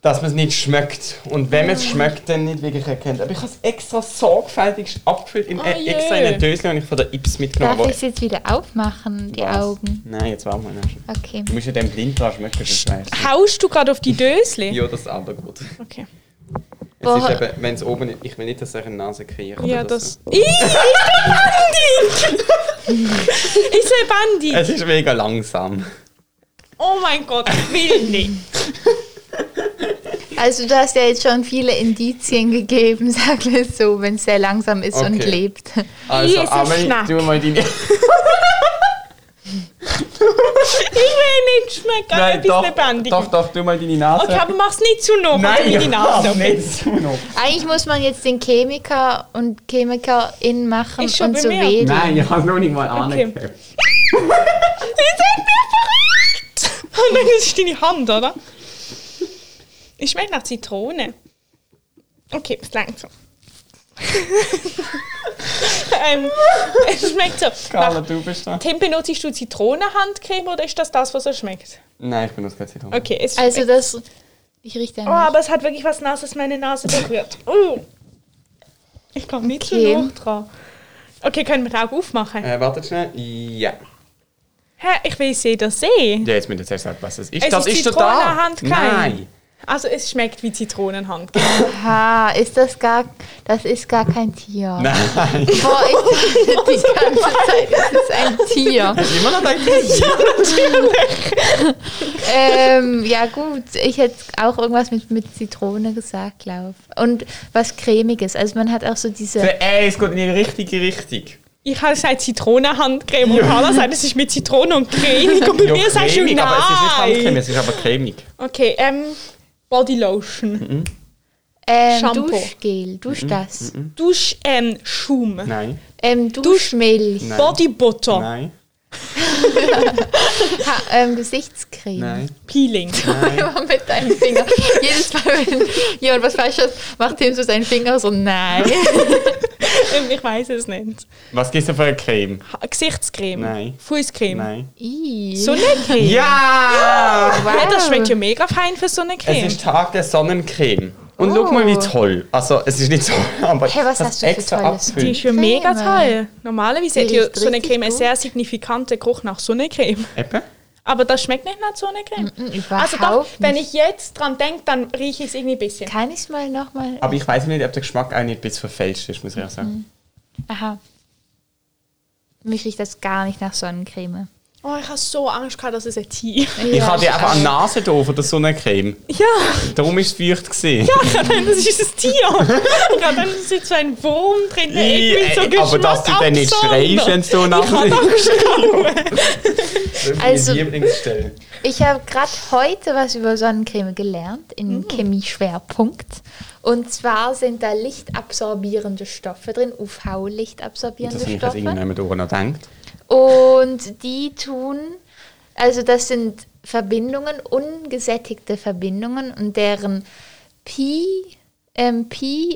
dass man es nicht schmeckt. Und wenn man es schmeckt, dann nicht wirklich erkennt. Aber ich habe es extra sorgfältig abgefüllt, in, Oh äh, je. extra in eine Dösle und ich von der Ips mitgenommen. Darf wo- ich es jetzt wieder aufmachen, die Was? Augen? Nein, jetzt warten wir noch. Okay. Du musst ja dem blind dran schmecken, das weißt du. Haust du gerade auf die Dösli? Ja, das ist aber gut. Es Okay. Boah. ist eben, wenn es oben ist, ich will nicht, dass er eine Nase kriegt. Ja, das. Ih, ich bin Bandit! ich bin Bandit! Es ist mega langsam. Oh mein Gott, ich will nicht. Also du hast ja jetzt schon viele Indizien gegeben, sag mal so, wenn es sehr langsam ist und Okay. lebt. Also, Jesus Amelie, Schnack. tu mal deine... Ich will nicht schmecken, Nein, ich bin Bandit. doch, doch, tu mal deine Nase. Okay, aber mach's nicht zu nah. mach's Nein, in die Nase. nicht zu noch. Eigentlich muss man jetzt den Chemiker und Chemikerin machen Ist schon und so bemerkt. reden. Nein, ich habe noch nicht mal angehört. Sie sind mir verrückt! Und dann ist deine Hand, oder? Ich schmeckt nach Zitrone. Okay, es langt so. ähm, es schmeckt so. Carla, Nach du bist da. Tim, benutzt du Zitronenhandcreme oder ist das das, was er schmeckt? Nein, ich benutze keine Zitrone. Okay, es schmeckt. Also das, ich rieche Oh, da aber es hat wirklich was Nasses meine Nase berührt. Oh. Ich komme nicht Okay. so hoch dran. Okay, können wir die Augen aufmachen? Äh, wartet schnell. Ja. Hä, ich will sie das sehen. Ja, jetzt müsst ihr zuerst sagen, was es ist. Es das ist ist doch da. Zitronenhandcreme. Nein. Also es schmeckt wie Zitronenhand. Aha, Ah, ist das gar, das ist gar kein Tier. Nein. Boah, ich dachte die ganze Zeit, das ist ein Tier. Hast du immer noch gedacht, Ähm, ja gut, ich hätte auch irgendwas mit, mit Zitrone gesagt, glaube ich. Und was cremiges, also man hat auch so diese... Ey, Äh, es geht in die richtige Richtung. Ich habe gesagt Zitronenhandcreme und Carla sagt, es ist mit Zitrone und cremig und bei Ja, mir sagst du cremig, nein. Aber es ist nicht Handcreme, es ist aber cremig. okay, ähm, Mhm. Bodylotion, Ähm, Shampoo. Duschgel, Dusch das. Dusch, ähm, Schum, Nein. Ähm, Duschmilch, Nein. Bodybutter, Nein. ha, ähm, Gesichtscreme. Nein. Peeling. Immer mit deinem Finger. Jedes Mal, wenn jemand was falsch hat, macht Tim so seinen Finger so, nein. Ähm, ich weiß es nicht. Was gibt's denn für eine Creme? Ha- Gesichtscreme, Nein. Fußcreme, Nein. Ih. Sonnencreme. Ja! wow. Hä, das schmeckt ja mega fein für Sonnencreme. Es ist Tag der Sonnencreme. Und Oh. schau mal, wie toll. Also, es ist nicht so, aber Hey, was das hast du für extra Tolles? abfüllt. Die ist ja Creme. mega toll. Normalerweise Die hat ja riecht richtig Sonnencreme einen gut. sehr signifikanten Geruch nach Sonnencreme. Eben. Aber das schmeckt nicht nach Sonnencreme. Mm, mm, also doch, überhaupt wenn nicht. ich jetzt dran denke, dann rieche ich es irgendwie ein bisschen. Kann ich es mal nochmal? Aber ich weiß nicht, ob der Geschmack auch nicht ein bisschen verfälscht ist, muss ich auch sagen. Aha. Mich riecht das gar nicht nach Sonnencreme. Oh, ich habe so Angst gehabt, dass es ein Tee ist. Ich hatte einfach eine Nase drauf oder so eine Creme. Ja, Darum war es feucht. Gewesen. ich habe gedacht, das ist ein Tier. Und dann sitzt so ein Wurm drin, der Ih, irgendwie so ey, äh, aber dass du dann nicht schreist, wenn du nachher Also- Lieblingsstelle. Ich habe gerade heute was über Sonnencreme gelernt in Chemie-Schwerpunkt. Und zwar sind da lichtabsorbierende Stoffe drin, UV-lichtabsorbierende Das habe ich jetzt Stoffe. irgendwann mit Ohren noch gedacht. Und die tun, also das sind Verbindungen, ungesättigte Verbindungen und deren Pi, ähm,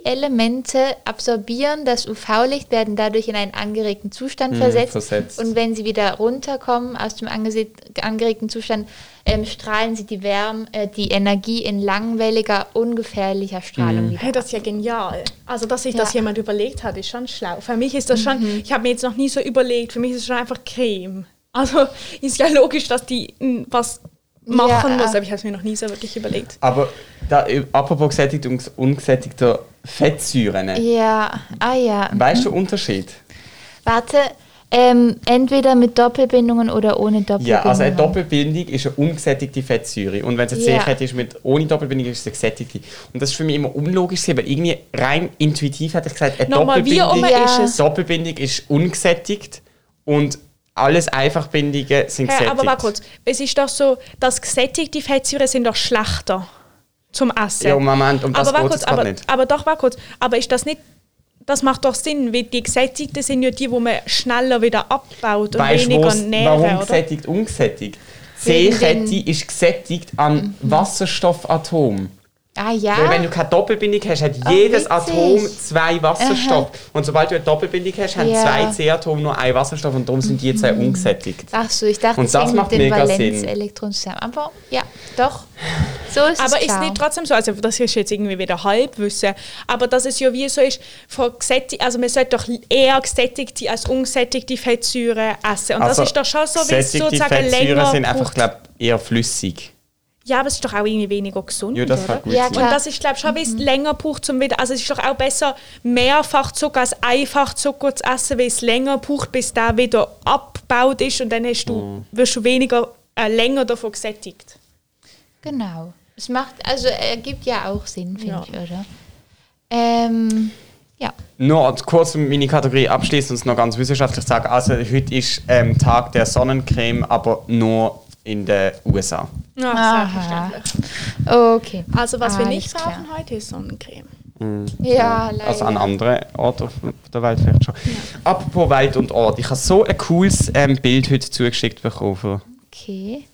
Pi-Elemente absorbieren das UV-Licht, werden dadurch in einen angeregten Zustand versetzt, Hm, versetzt. Und wenn sie wieder runterkommen aus dem angese- angeregten Zustand, ähm, strahlen sie die Wärme, äh, die Energie in langwelliger, ungefährlicher Hm. Strahlung wieder. Hey, das ist ja genial. Also, dass sich das Ja. jemand überlegt hat, ist schon schlau. Für mich ist das Mhm. schon, ich habe mir jetzt noch nie so überlegt, für mich ist es schon einfach Creme. Also, ist ja logisch, dass die mm, was machen Ja. muss, aber ich habe es mir noch nie so wirklich überlegt. Aber da, äh, apropos gesättigt und ungesättigter Fettsäuren. Ja, ah ja. Weißt du den Unterschied? Warte, ähm, entweder mit Doppelbindungen oder ohne Doppelbindungen. Ja, also eine Doppelbindung ist eine ungesättigte Fettsäure. Und wenn es jetzt Ja. yeah. ist mit ohne Doppelbindung, ist es eine gesättigte. Und das ist für mich immer unlogisch, gewesen, weil irgendwie rein intuitiv hätte ich gesagt, eine Nochmal, wie Doppelbindung, Ja. oben ist es? Doppelbindung ist ungesättigt und alles Einfachbindige sind Hey, gesättigt. Äh, aber warte kurz, es ist doch so, dass gesättigte Fettsäuren sind doch schlechter zum Essen. Ja, Moment, um das aber warte geht kurz, es gerade aber, nicht. aber doch, warte kurz, aber ist das nicht das macht doch Sinn, weil die Gesättigten sind ja die, wo man schneller wieder abbaut und Weißt du, weniger wo's- nähren, warum oder? gesättigt, ungesättigt? Wegen Seekette ist gesättigt Mhm. an Wasserstoffatomen. Ah ja. Weil wenn du keine Doppelbindung hast, hat Ah, jedes witzig. Atom zwei Wasserstoff. Und sobald du eine Doppelbindung hast, haben Ja. zwei C-Atome nur einen Wasserstoff und darum sind die zwei Mhm. ungesättigt. Ach so, ich dachte, Und es das hängt mit macht den mega Valenzelektronen zusammen. Aber ja, doch. So ist Aber es ist klar. nicht trotzdem so, also das ist jetzt irgendwie wieder Halbwissen, aber dass es ja wie so ist, von gesättigt, also man sollte doch eher gesättigte als ungesättigte Fettsäuren essen. Und Ah, das ist doch schon so, wie es gesättigte sozusagen Also, Fettsäuren länger sind einfach, braucht. glaube ich, eher flüssig. Ja, aber es ist doch auch irgendwie weniger gesund, Ja, das oder? kann gut Ja, sein. klar. Und das ist, glaube ich, schon, wie es länger braucht, zum wieder. Also, es ist doch auch besser, mehrfach Zucker als einfach Zucker zu essen, weil es länger braucht, bis der wieder abgebaut ist und dann hast du, wirst du weniger, äh, länger davon gesättigt. Genau. Es macht, also ergibt ja auch Sinn, finde Ja. ich, oder? Ähm, ja. Nur als kurz um meine Kategorie abschließen und es noch ganz wissenschaftlich sagen. Also, heute ist ähm, Tag der Sonnencreme, aber nur in den USA. Ja, Aha. selbstverständlich. Okay. Also, was wir Alles nicht klar. brauchen heute, ist Sonnencreme. Ja, leider. Also an anderen Orten auf der Welt vielleicht schon. Apropos Welt und Ort. Ich habe so ein cooles ähm, Bild heute zugeschickt bekommen von okay.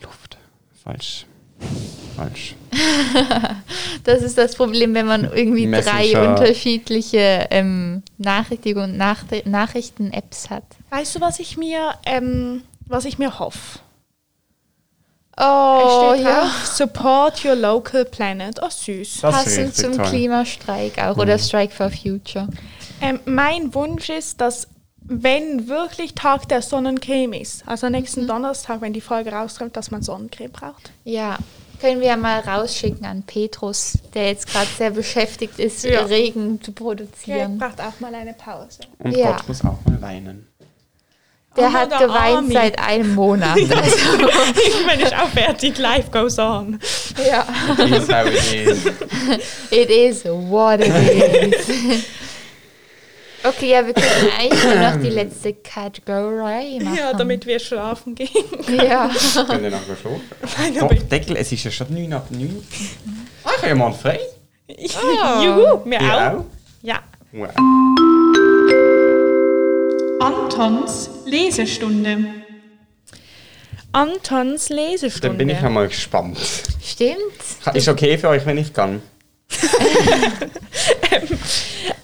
Luft. Falsch. Falsch. Das ist das Problem, wenn man irgendwie drei Messenger. unterschiedliche ähm, Nachrichtig- und Nach Nachrichten-Apps hat. Weißt du, was ich mir, ähm, was ich mir hoffe? Oh, Steht ja. drauf, Support your local planet. Oh, süß. Das ist Passend richtig zum toll. Mhm. Klimastreik auch oder Strike for Future. Ähm, mein Wunsch ist, dass wenn wirklich Tag der Sonnencreme ist, also nächsten Donnerstag, wenn die Folge rauskommt, dass man Sonnencreme braucht. Ja, können wir mal rausschicken an Petrus, der jetzt gerade sehr beschäftigt ist, Ja. Regen zu Ja. produzieren. braucht auch mal eine Pause. Und Ja. Gott muss auch mal weinen. Der Oh, hat der geweint Armin. seit einem Monat. Also, ich bin nicht auch fertig, life goes on. ja. Ist auch easy. It is what it is. okay, ja, wir können eigentlich nur noch die letzte Kategorie machen. Ja, damit wir schlafen gehen. Ja. Können wir nachher schon? Doch, Deckel, es ist ja schon 9 ab 9. Ah, ich habe ja morgen frei. Juhu, mir Ihr auch. Ja. Wow. Antons Lesestunde. Antons Dann Lesestunde. bin ich nochmal gespannt. Stimmt. Ist okay für euch, wenn ich kann?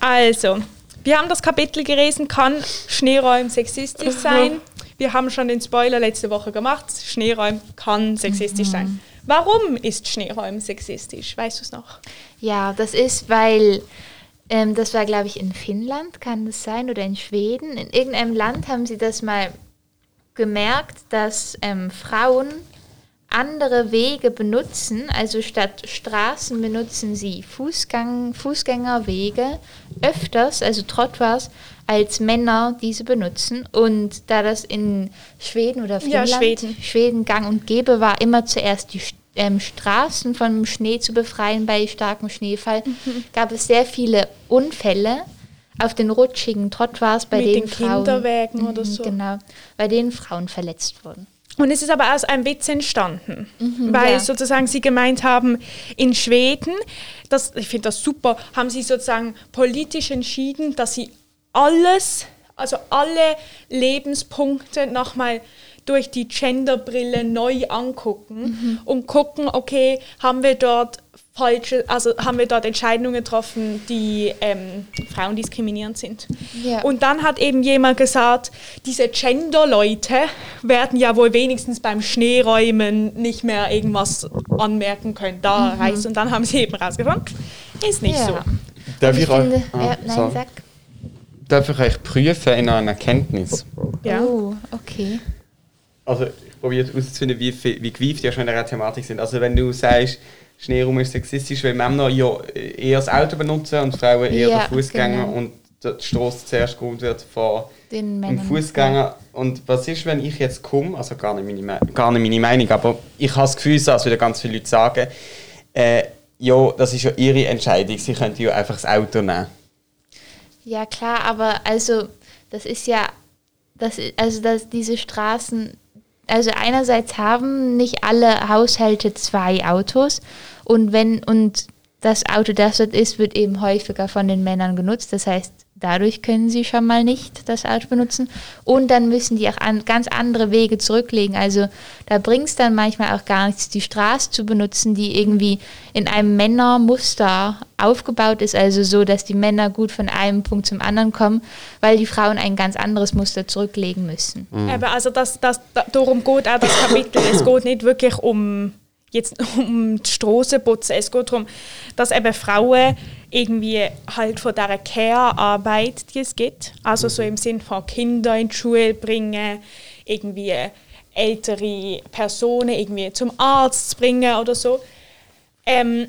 Also, wir haben das Kapitel gelesen, kann Schneeräum sexistisch sein? Wir haben schon den Spoiler letzte Woche gemacht, Schneeräum kann sexistisch sein. Mhm. Warum ist Schneeräum sexistisch? Weißt du es noch? Ja, das ist, weil ähm, das war, glaube ich, in Finnland, kann das sein, oder in Schweden. In irgendeinem Land haben sie das mal gemerkt, dass ähm, Frauen andere Wege benutzen, also statt Straßen benutzen sie Fußgang, Fußgängerwege öfters, also Trottoirs, als Männer diese benutzen. Und da das in Schweden oder Ja, Finnland, Schweden. Schweden gang und gäbe war, immer zuerst die Sch- ähm, Straßen vom Schnee zu befreien bei starkem Schneefall, Mhm. gab es sehr viele Unfälle auf den rutschigen Trottoirs, bei Mit denen den Kinderwägen Frauen, oder so. Genau, bei denen Frauen verletzt wurden. Und es ist aber aus einem Witz entstanden, weil Mhm, ja. sozusagen sie gemeint haben, in Schweden, das, ich finde das super, haben sie sozusagen politisch entschieden, dass sie alles, also alle Lebenspunkte nochmal durch die Genderbrille neu angucken Mhm. und gucken, okay, haben wir dort falsche, also haben wir dort Entscheidungen getroffen, die ähm, Frauen diskriminierend sind. Ja. Und dann hat eben jemand gesagt, diese Gender-Leute werden ja wohl wenigstens beim Schneeräumen nicht mehr irgendwas anmerken können. Da reißt. Und dann haben sie eben rausgefunden, ist nicht Ja. so. Darf Ich finde, Ah, ja, nein, sorry. sag. Darf ich euch prüfen in einer Erkenntnis? Ja. Oh, okay. Also, ich probiere herauszufinden, wie, viel- wie gewieft ihr schon in dieser Thematik sind. Also, wenn du sagst, Schneerum ist sexistisch, weil Männer ja äh, eher das Auto benutzen und Frauen eher Ja, den Fußgänger genau. und der Stoß zuerst geholt wird von Den dem Männern. Fußgänger. Und was ist, wenn ich jetzt komme? Also, gar nicht meine, Me- gar nicht meine Meinung, aber ich habe das Gefühl, so, als wieder ganz viele Leute sagen, äh, ja, das ist ja ihre Entscheidung, sie könnten ja einfach das Auto nehmen. Ja, klar, aber also, das ist ja, das, i- also, dass diese Straßen, also einerseits haben nicht alle Haushalte zwei Autos und wenn, und das Auto, das dort ist, wird eben häufiger von den Männern genutzt. Das heißt, dadurch können sie schon mal nicht das Auto benutzen. Und dann müssen die auch an, ganz andere Wege zurücklegen. Also da bringt es dann manchmal auch gar nichts, die Straße zu benutzen, die irgendwie in einem Männermuster aufgebaut ist. Also so, dass die Männer gut von einem Punkt zum anderen kommen, weil die Frauen ein ganz anderes Muster zurücklegen müssen. Eben, also das, das, da- darum geht auch das Kapitel. es geht nicht wirklich um jetzt um die Strassenputzen. Es geht darum, dass eben Frauen irgendwie halt von dieser Care-Arbeit, die es gibt, also so im Sinn von Kinder in die Schule bringen, irgendwie ältere Personen irgendwie zum Arzt bringen oder so, ähm,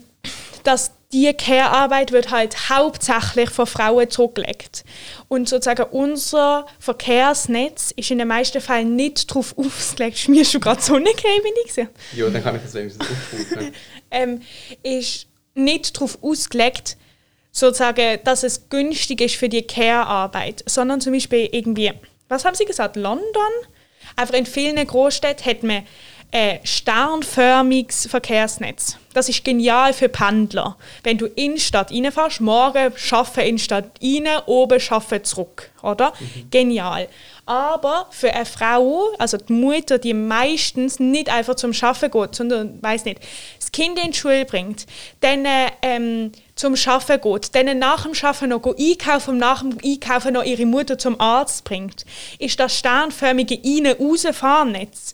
dass die Care-Arbeit wird halt hauptsächlich von Frauen zurückgelegt. Und sozusagen unser Verkehrsnetz ist in den meisten Fällen nicht darauf ausgelegt, ist mir schon gerade so eine Kämmerung Ja, dann kann ich das wenigstens aufrufen. ähm, ist nicht darauf ausgelegt, sozusagen, dass es günstig ist für die Care-Arbeit, sondern zum Beispiel irgendwie, was haben Sie gesagt, London? Einfach in vielen Großstädten hat man ein sternförmiges Verkehrsnetz. Das ist genial für Pendler. Wenn du in die Stadt reinfährst, morgen schaffen in die Stadt rein, oben schaffen zurück, oder? Genial. Aber für eine Frau, also die Mutter, die meistens nicht einfach zum Schaffen geht, sondern weiß nicht, das Kind in die Schule bringt, dann äh, ähm, zum Schaffen geht, dann nach dem Schaffen noch go einkaufen und nach dem Einkaufen noch ihre Mutter zum Arzt bringt, ist das sternförmige Innen-Außenfahrnetz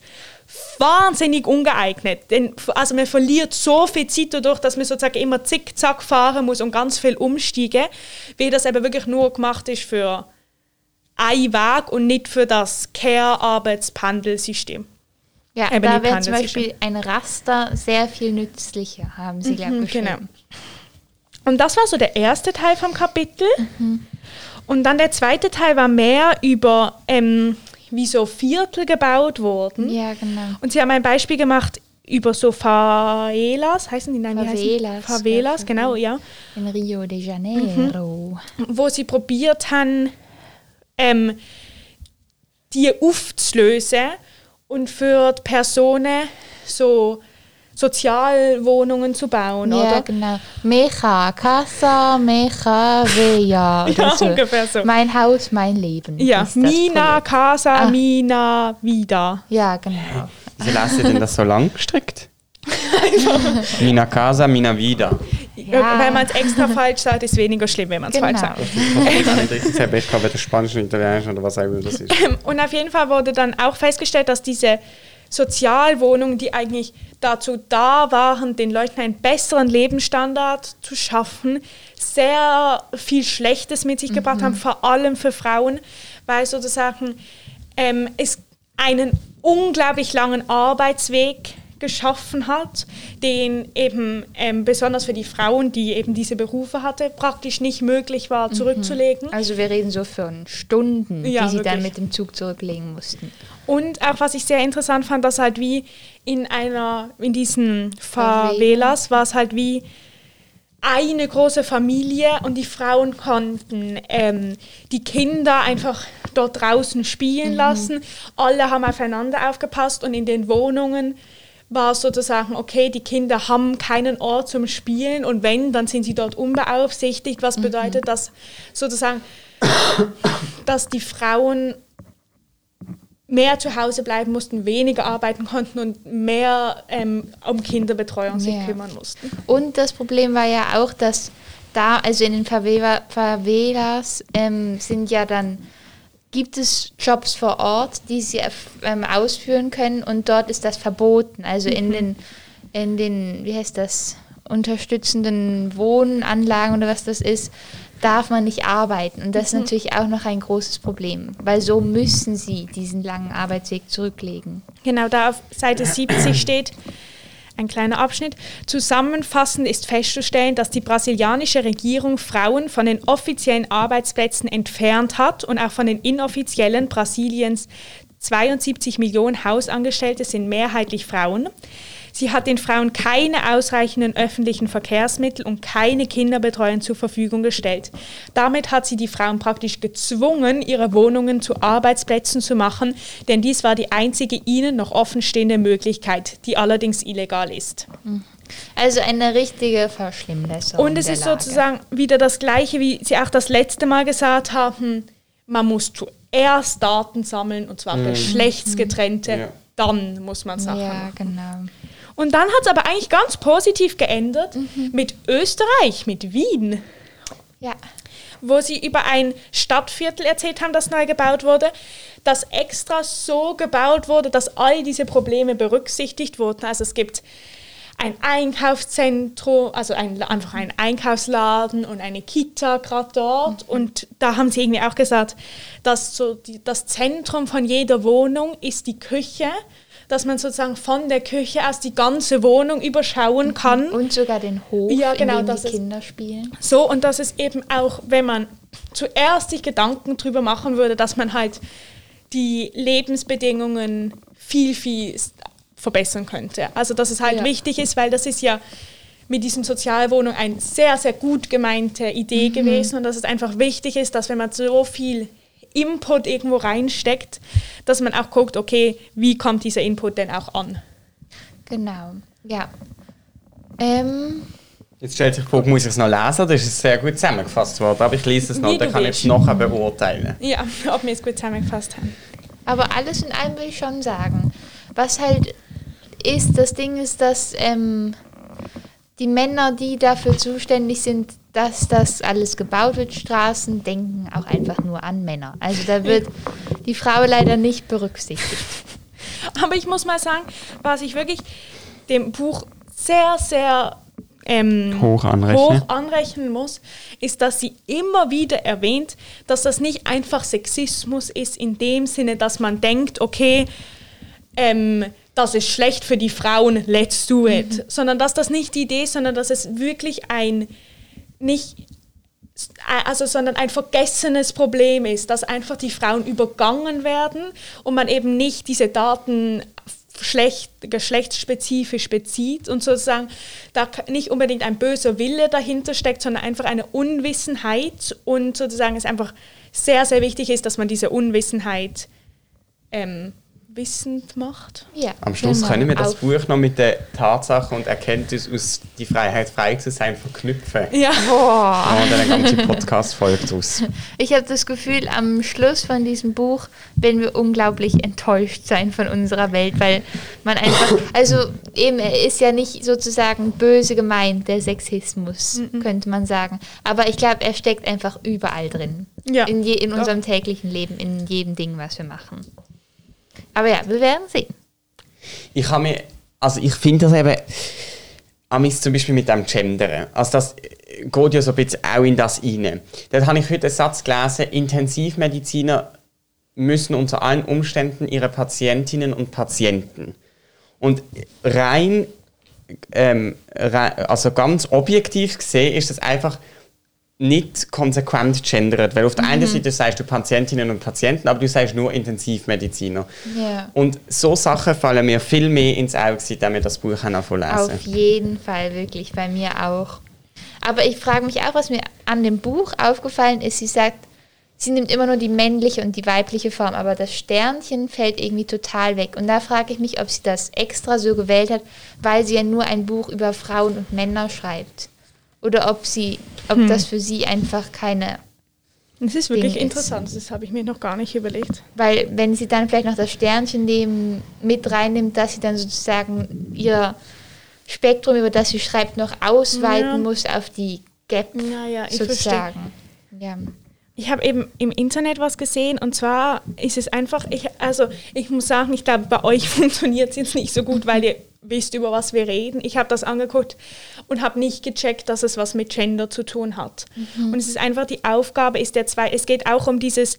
wahnsinnig ungeeignet. Denn, also man verliert so viel Zeit dadurch, dass man sozusagen immer zickzack fahren muss und ganz viel umsteigen, weil das eben wirklich nur gemacht ist für einen Weg und nicht für das Care-Arbeitspendelsystem. Ja, Eben da die wäre zum Pandas-System. Beispiel ein Raster sehr viel nützlicher, haben sie, glaube ich. Genau. Und das war so der erste Teil vom Kapitel. Mhm. Und dann der zweite Teil war mehr über, ähm, wie so Viertel gebaut wurden. Ja, genau. Und sie haben ein Beispiel gemacht über so Favelas, heißen die? Nein, wie heißen? Favelas, die? Favelas, ja, genau, Favelas. ja. In Rio de Mhm. Janeiro. wo sie probiert haben, ähm, die aufzulösen und für die Personen so Sozialwohnungen zu bauen, Ja, oder? genau. Mecha casa, mecha vea. oder Ja, ungefähr so. Mein Haus, mein Leben. Ja, ist das Mina, Projekt. Casa, Ah. Mina, Vida. Ja, genau. Wieso lassen Sie denn das so lang gestrickt? Mina Casa, Mina Vida. Ja. Wenn man es extra falsch sagt, ist es weniger schlimm, wenn man es Genau. falsch sagt. Ich habe echt gerade Spanisch und Italienisch oder was auch immer das ist. Und auf jeden Fall wurde dann auch festgestellt, dass diese Sozialwohnungen, die eigentlich dazu da waren, den Leuten einen besseren Lebensstandard zu schaffen, sehr viel Schlechtes mit sich gebracht haben, vor allem für Frauen, weil sozusagen ähm, es einen unglaublich langen Arbeitsweg geschaffen hat, den eben ähm, besonders für die Frauen, die eben diese Berufe hatte, praktisch nicht möglich war zurückzulegen. Also wir reden so von Stunden, Ja, die sie dann wirklich. mit dem Zug zurücklegen mussten. Und auch was ich sehr interessant fand, dass halt wie in einer, in diesen Favela. Favelas war es halt wie eine große Familie und die Frauen konnten ähm, die Kinder einfach dort draußen spielen lassen. Alle haben aufeinander aufgepasst und in den Wohnungen war es sozusagen, okay, die Kinder haben keinen Ort zum Spielen und wenn, dann sind sie dort unbeaufsichtigt, was bedeutet, dass sozusagen, dass die Frauen mehr zu Hause bleiben mussten, weniger arbeiten konnten und mehr ähm, um Kinderbetreuung sich Ja. kümmern mussten. Und das Problem war ja auch, dass da, also in den Favela, Favelas, ähm, sind ja dann, gibt es Jobs vor Ort, die sie erf- ähm, ausführen können und dort ist das verboten. Also Mhm. in den, in den, wie heißt das, unterstützenden Wohnanlagen oder was das ist, darf man nicht arbeiten. Und Mhm. das ist natürlich auch noch ein großes Problem, weil so müssen sie diesen langen Arbeitsweg zurücklegen. Genau, da auf Seite 70 steht ein kleiner Abschnitt. Zusammenfassend ist festzustellen, dass die brasilianische Regierung Frauen von den offiziellen Arbeitsplätzen entfernt hat und auch von den inoffiziellen Brasiliens 72 Millionen Hausangestellte sind mehrheitlich Frauen. Sie hat den Frauen keine ausreichenden öffentlichen Verkehrsmittel und keine Kinderbetreuung zur Verfügung gestellt. Damit hat sie die Frauen praktisch gezwungen, ihre Wohnungen zu Arbeitsplätzen zu machen, denn dies war die einzige ihnen noch offenstehende Möglichkeit, die allerdings illegal ist. Also eine richtige Verschlimmbesserung. Und es der ist Lage. sozusagen wieder das Gleiche, wie Sie auch das letzte Mal gesagt haben, man muss zuerst Daten sammeln, und zwar geschlechtsgetrennte, Ja. dann muss man Sachen Ja, machen. genau. Und dann hat es aber eigentlich ganz positiv geändert mit Österreich, mit Wien, Ja. wo sie über ein Stadtviertel erzählt haben, das neu gebaut wurde, das extra so gebaut wurde, dass all diese Probleme berücksichtigt wurden. Also es gibt ein Einkaufszentrum, also ein, einfach ein Einkaufsladen und eine Kita gerade dort. Und da haben sie irgendwie auch gesagt, dass so die, das Zentrum von jeder Wohnung ist die Küche, dass man sozusagen von der Küche aus die ganze Wohnung überschauen kann. Und sogar den Hof, Ja, genau, in dem das die ist- Kinder spielen. So, und dass es eben auch, wenn man zuerst sich Gedanken drüber machen würde, dass man halt die Lebensbedingungen viel, viel s- verbessern könnte. Also, dass es halt Ja. wichtig ist, weil das ist ja mit diesen Sozialwohnungen eine sehr, sehr gut gemeinte Idee gewesen und dass es einfach wichtig ist, dass wenn man so viel Input irgendwo reinsteckt, dass man auch guckt, okay, wie kommt dieser Input denn auch an? Genau. Ja. Ähm, Jetzt stellt sich die Frage, muss ich es noch lesen? Das ist sehr gut zusammengefasst worden. Aber ich lese es noch, Wie dann du kann ich willst. es nachher beurteilen. Ja, ob wir es gut zusammengefasst haben. Aber alles in allem will ich schon sagen. Was halt ist, das Ding ist, dass ähm, die Männer, die dafür zuständig sind, dass das alles gebaut wird, Straßen, denken auch einfach nur an Männer. Also da wird die Frau leider nicht berücksichtigt. Aber ich muss mal sagen, was ich wirklich dem Buch sehr, sehr ähm, Hoch anrechne. hoch anrechnen muss, ist, dass sie immer wieder erwähnt, dass das nicht einfach Sexismus ist, in dem Sinne, dass man denkt, okay, ähm, das ist schlecht für die Frauen, let's do it. Sondern dass das nicht die Idee ist, sondern dass es wirklich ein nicht also sondern ein vergessenes Problem ist, dass einfach die Frauen übergangen werden und man eben nicht diese Daten schlecht, geschlechtsspezifisch bezieht und sozusagen da k- nicht unbedingt ein böser Wille dahinter steckt, sondern einfach eine Unwissenheit und sozusagen es einfach sehr, sehr wichtig ist, dass man diese Unwissenheit ähm, wissend macht. Ja, Am Schluss genau. können wir das Auf- Buch noch mit der Tatsache und Erkenntnis aus die Freiheit, frei zu sein, verknüpfen. Ja. Boah. Machen wir dann eine ganze Podcast-Folge draus. Ich habe das Gefühl, am Schluss von diesem Buch werden wir unglaublich enttäuscht sein von unserer Welt, weil man einfach, also eben, er ist ja nicht sozusagen böse gemeint, der Sexismus, Mhm. könnte man sagen. Aber ich glaube, er steckt einfach überall drin. Ja, In, je, in doch. unserem täglichen Leben, in jedem Ding, was wir machen. Aber ja, wir werden sehen. ich habe mir, also ich finde das eben, amis zum Beispiel mit dem Gendern, also das äh, geht ja so ein bisschen auch in das rein. Dort habe ich heute einen Satz gelesen, Intensivmediziner müssen unter allen Umständen ihre Patientinnen und Patienten. Und rein, ähm, rein also ganz objektiv gesehen ist das einfach nicht konsequent gendert, weil auf der einen Seite sagst du Patientinnen und Patienten, aber du sagst nur Intensivmediziner. Ja. Und so Sachen fallen mir viel mehr ins Auge, seitdem wir das Buch haben angefangen zu Auf lesen. jeden Fall, wirklich, bei mir auch. Aber ich frage mich auch, was mir an dem Buch aufgefallen ist. Sie sagt, sie nimmt immer nur die männliche und die weibliche Form, aber das Sternchen fällt irgendwie total weg. Und da frage ich mich, ob sie das extra so gewählt hat, weil sie ja nur ein Buch über Frauen und Männer schreibt. Oder ob sie, ob das für sie einfach keine. Das ist wirklich Ding ist- interessant, das habe ich mir noch gar nicht überlegt. Weil wenn sie dann vielleicht noch das Sternchen neben, mit reinnimmt, dass sie dann sozusagen ihr Spektrum, über das sie schreibt, noch ausweiten Ja. muss auf die Gap Ja, ja, ich sozusagen. Ja. Ich habe eben im Internet was gesehen und zwar ist es einfach, ich, also ich muss sagen, ich glaube, bei euch funktioniert es jetzt nicht so gut, weil ihr wisst, über was wir reden. Ich habe das angeguckt und habe nicht gecheckt, dass es was mit Gender zu tun hat. Und es ist einfach die Aufgabe, ist der zwei, es geht auch um dieses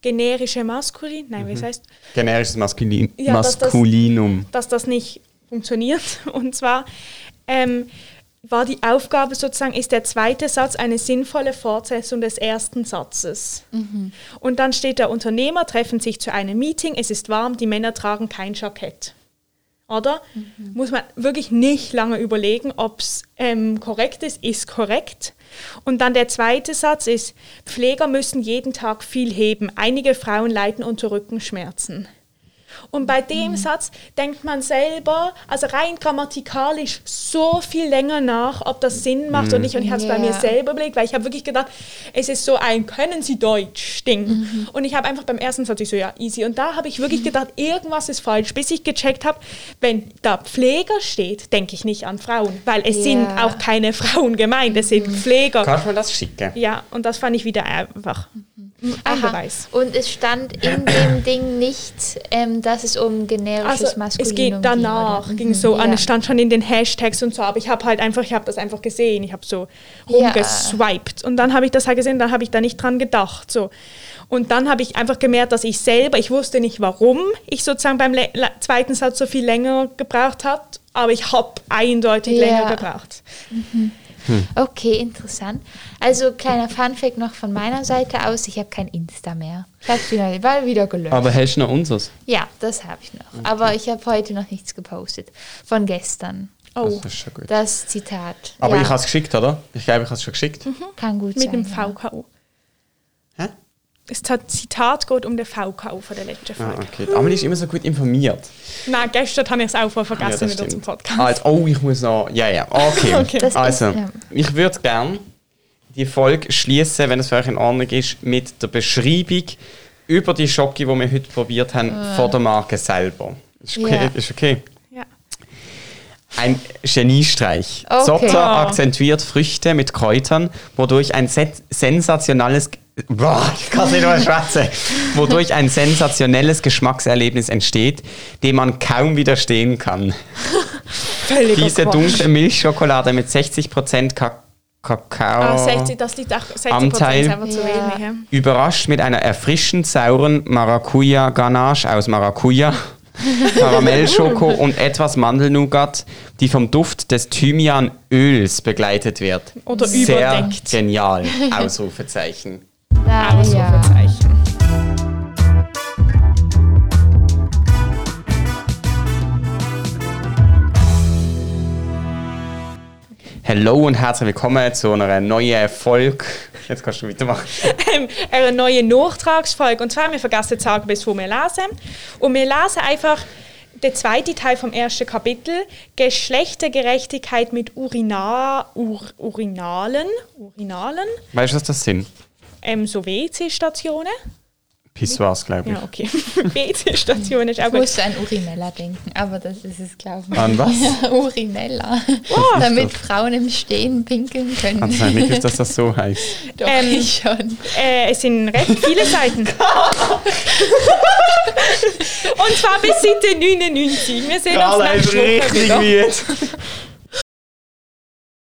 generische Maskulin, nein, wie es heißt, Generisches Maskulin Ja, dass das- Maskulinum. dass das nicht funktioniert. Und zwar ähm, war die Aufgabe sozusagen, ist der zweite Satz eine sinnvolle Fortsetzung des ersten Satzes. Und dann steht der Unternehmer treffen sich zu einem Meeting, es ist warm, die Männer tragen kein Jackett. Oder? Muss man wirklich nicht lange überlegen, ob es ähm, korrekt ist, ist korrekt. Und dann der zweite Satz ist, Pfleger müssen jeden Tag viel heben. Einige Frauen leiden unter Rückenschmerzen. Und bei Mhm. dem Satz denkt man selber, also rein grammatikalisch, so viel länger nach, ob das Sinn macht oder nicht. Und ich habe es bei mir Mhm. Ja. selber überlegt, weil ich habe wirklich gedacht, es ist so ein Können Sie Deutsch Ding. Mhm. Und ich habe einfach beim ersten Satz ich so, ja, easy. Und da habe ich wirklich gedacht, irgendwas ist falsch, bis ich gecheckt habe, wenn da Pfleger steht, denke ich nicht an Frauen, weil es Ja. Mhm. sind auch keine Frauen gemeint, es sind Pfleger. Kannst du mir das schicken? Ja, und das fand ich wieder einfach ein Mhm. Aha. Beweis. Und es stand in dem Ding nicht, ähm, dass es um generisches Also Maskulinum es geht danach, ging, um oder? Mhm. ging so an, Ja. es stand schon in den Hashtags und so, aber ich habe halt einfach, ich habe das einfach gesehen, ich habe so Ja. rumgeswiped und dann habe ich das halt gesehen, dann habe ich da nicht dran gedacht, so. Und dann habe ich einfach gemerkt, dass ich selber, ich wusste nicht, warum ich sozusagen beim le- le- zweiten Satz so viel länger gebraucht hat, aber ich habe eindeutig Ja. länger gebraucht. Okay, interessant. Also kleiner Funfact noch von meiner Seite aus, ich habe kein Insta mehr. Ich habe es wieder, war wieder gelöscht. Aber hast du noch unseres? ja, das habe ich Mhm. noch. Aber ich habe heute noch nichts gepostet. Von gestern. Oh, Das ist schon gut. Das Zitat. Aber ja, ich habe es geschickt, oder? Ich glaube, ich habe es schon geschickt. kann gut mit sein. dem ja. VKO. Hä? Das Zitat geht um den VKO von der letzten Ah, Folge. okay. Die Amelie ist immer so gut informiert. Nein, gestern habe ich es auch voll Ja, vergessen das wieder zum stimmt. Podcast. Ah, jetzt- oh, ich muss noch. Ja, ja. Okay. Das also, ist- ja. ich würde gern die Folge schließen, wenn es für euch in Ordnung ist, mit der Beschreibung über die Schocke, die wir heute probiert haben, von der Marke selber. Ist okay. Ja. Ist okay. Ja. Ein Geniestreich. Okay. Zopter Wow. akzentuiert Früchte mit Kräutern, wodurch ein sen sensationales Boah, ich kann's nicht mehr schwatzen. Wodurch ein sensationelles Geschmackserlebnis entsteht, dem man kaum widerstehen kann. Völliger Diese Quatsch. dunkle Milchschokolade mit 60% Ka Kakao Ah, 60, das liegt auch 60 Anteil. Prozent einfach zu Ja. wenig. Ja. überrascht mit einer erfrischend sauren Maracuja-Ganache aus Maracuja, Karamellschoko und etwas Mandelnougat, die vom Duft des Thymianöls begleitet wird. Oder Sehr überdeckt. genial. Ausrufezeichen. Na, ja. Ausrufezeichen. Hello und herzlich willkommen zu einer neuen Folge. Jetzt kannst du weitermachen. Ähm, eine neue Nachtragsfolge. Und zwar haben wir vergessen zu sagen, bis wo wir lesen. Und wir lesen einfach den zweiten Teil vom ersten Kapitel: Geschlechtergerechtigkeit mit Urina, Ur, Urinalen, Urinalen, Weißt du, was das sind? ähm, so WC-Stationen. Pissoirs, glaube ich. Ja, okay. WC-Stationen ist auch Ich gut. musste an Urinella denken, aber das ist es, glaube ich. An was? Urinella. ist Damit das? Frauen im Stehen pinkeln können. Also nicht, gewusst, dass das so heißt. Doch, Ähm, ich schon. Äh, es sind recht viele Seiten. Und zwar bis Seite 99. Wir sehen uns Carla nächste ist Woche richtig wieder. wütend.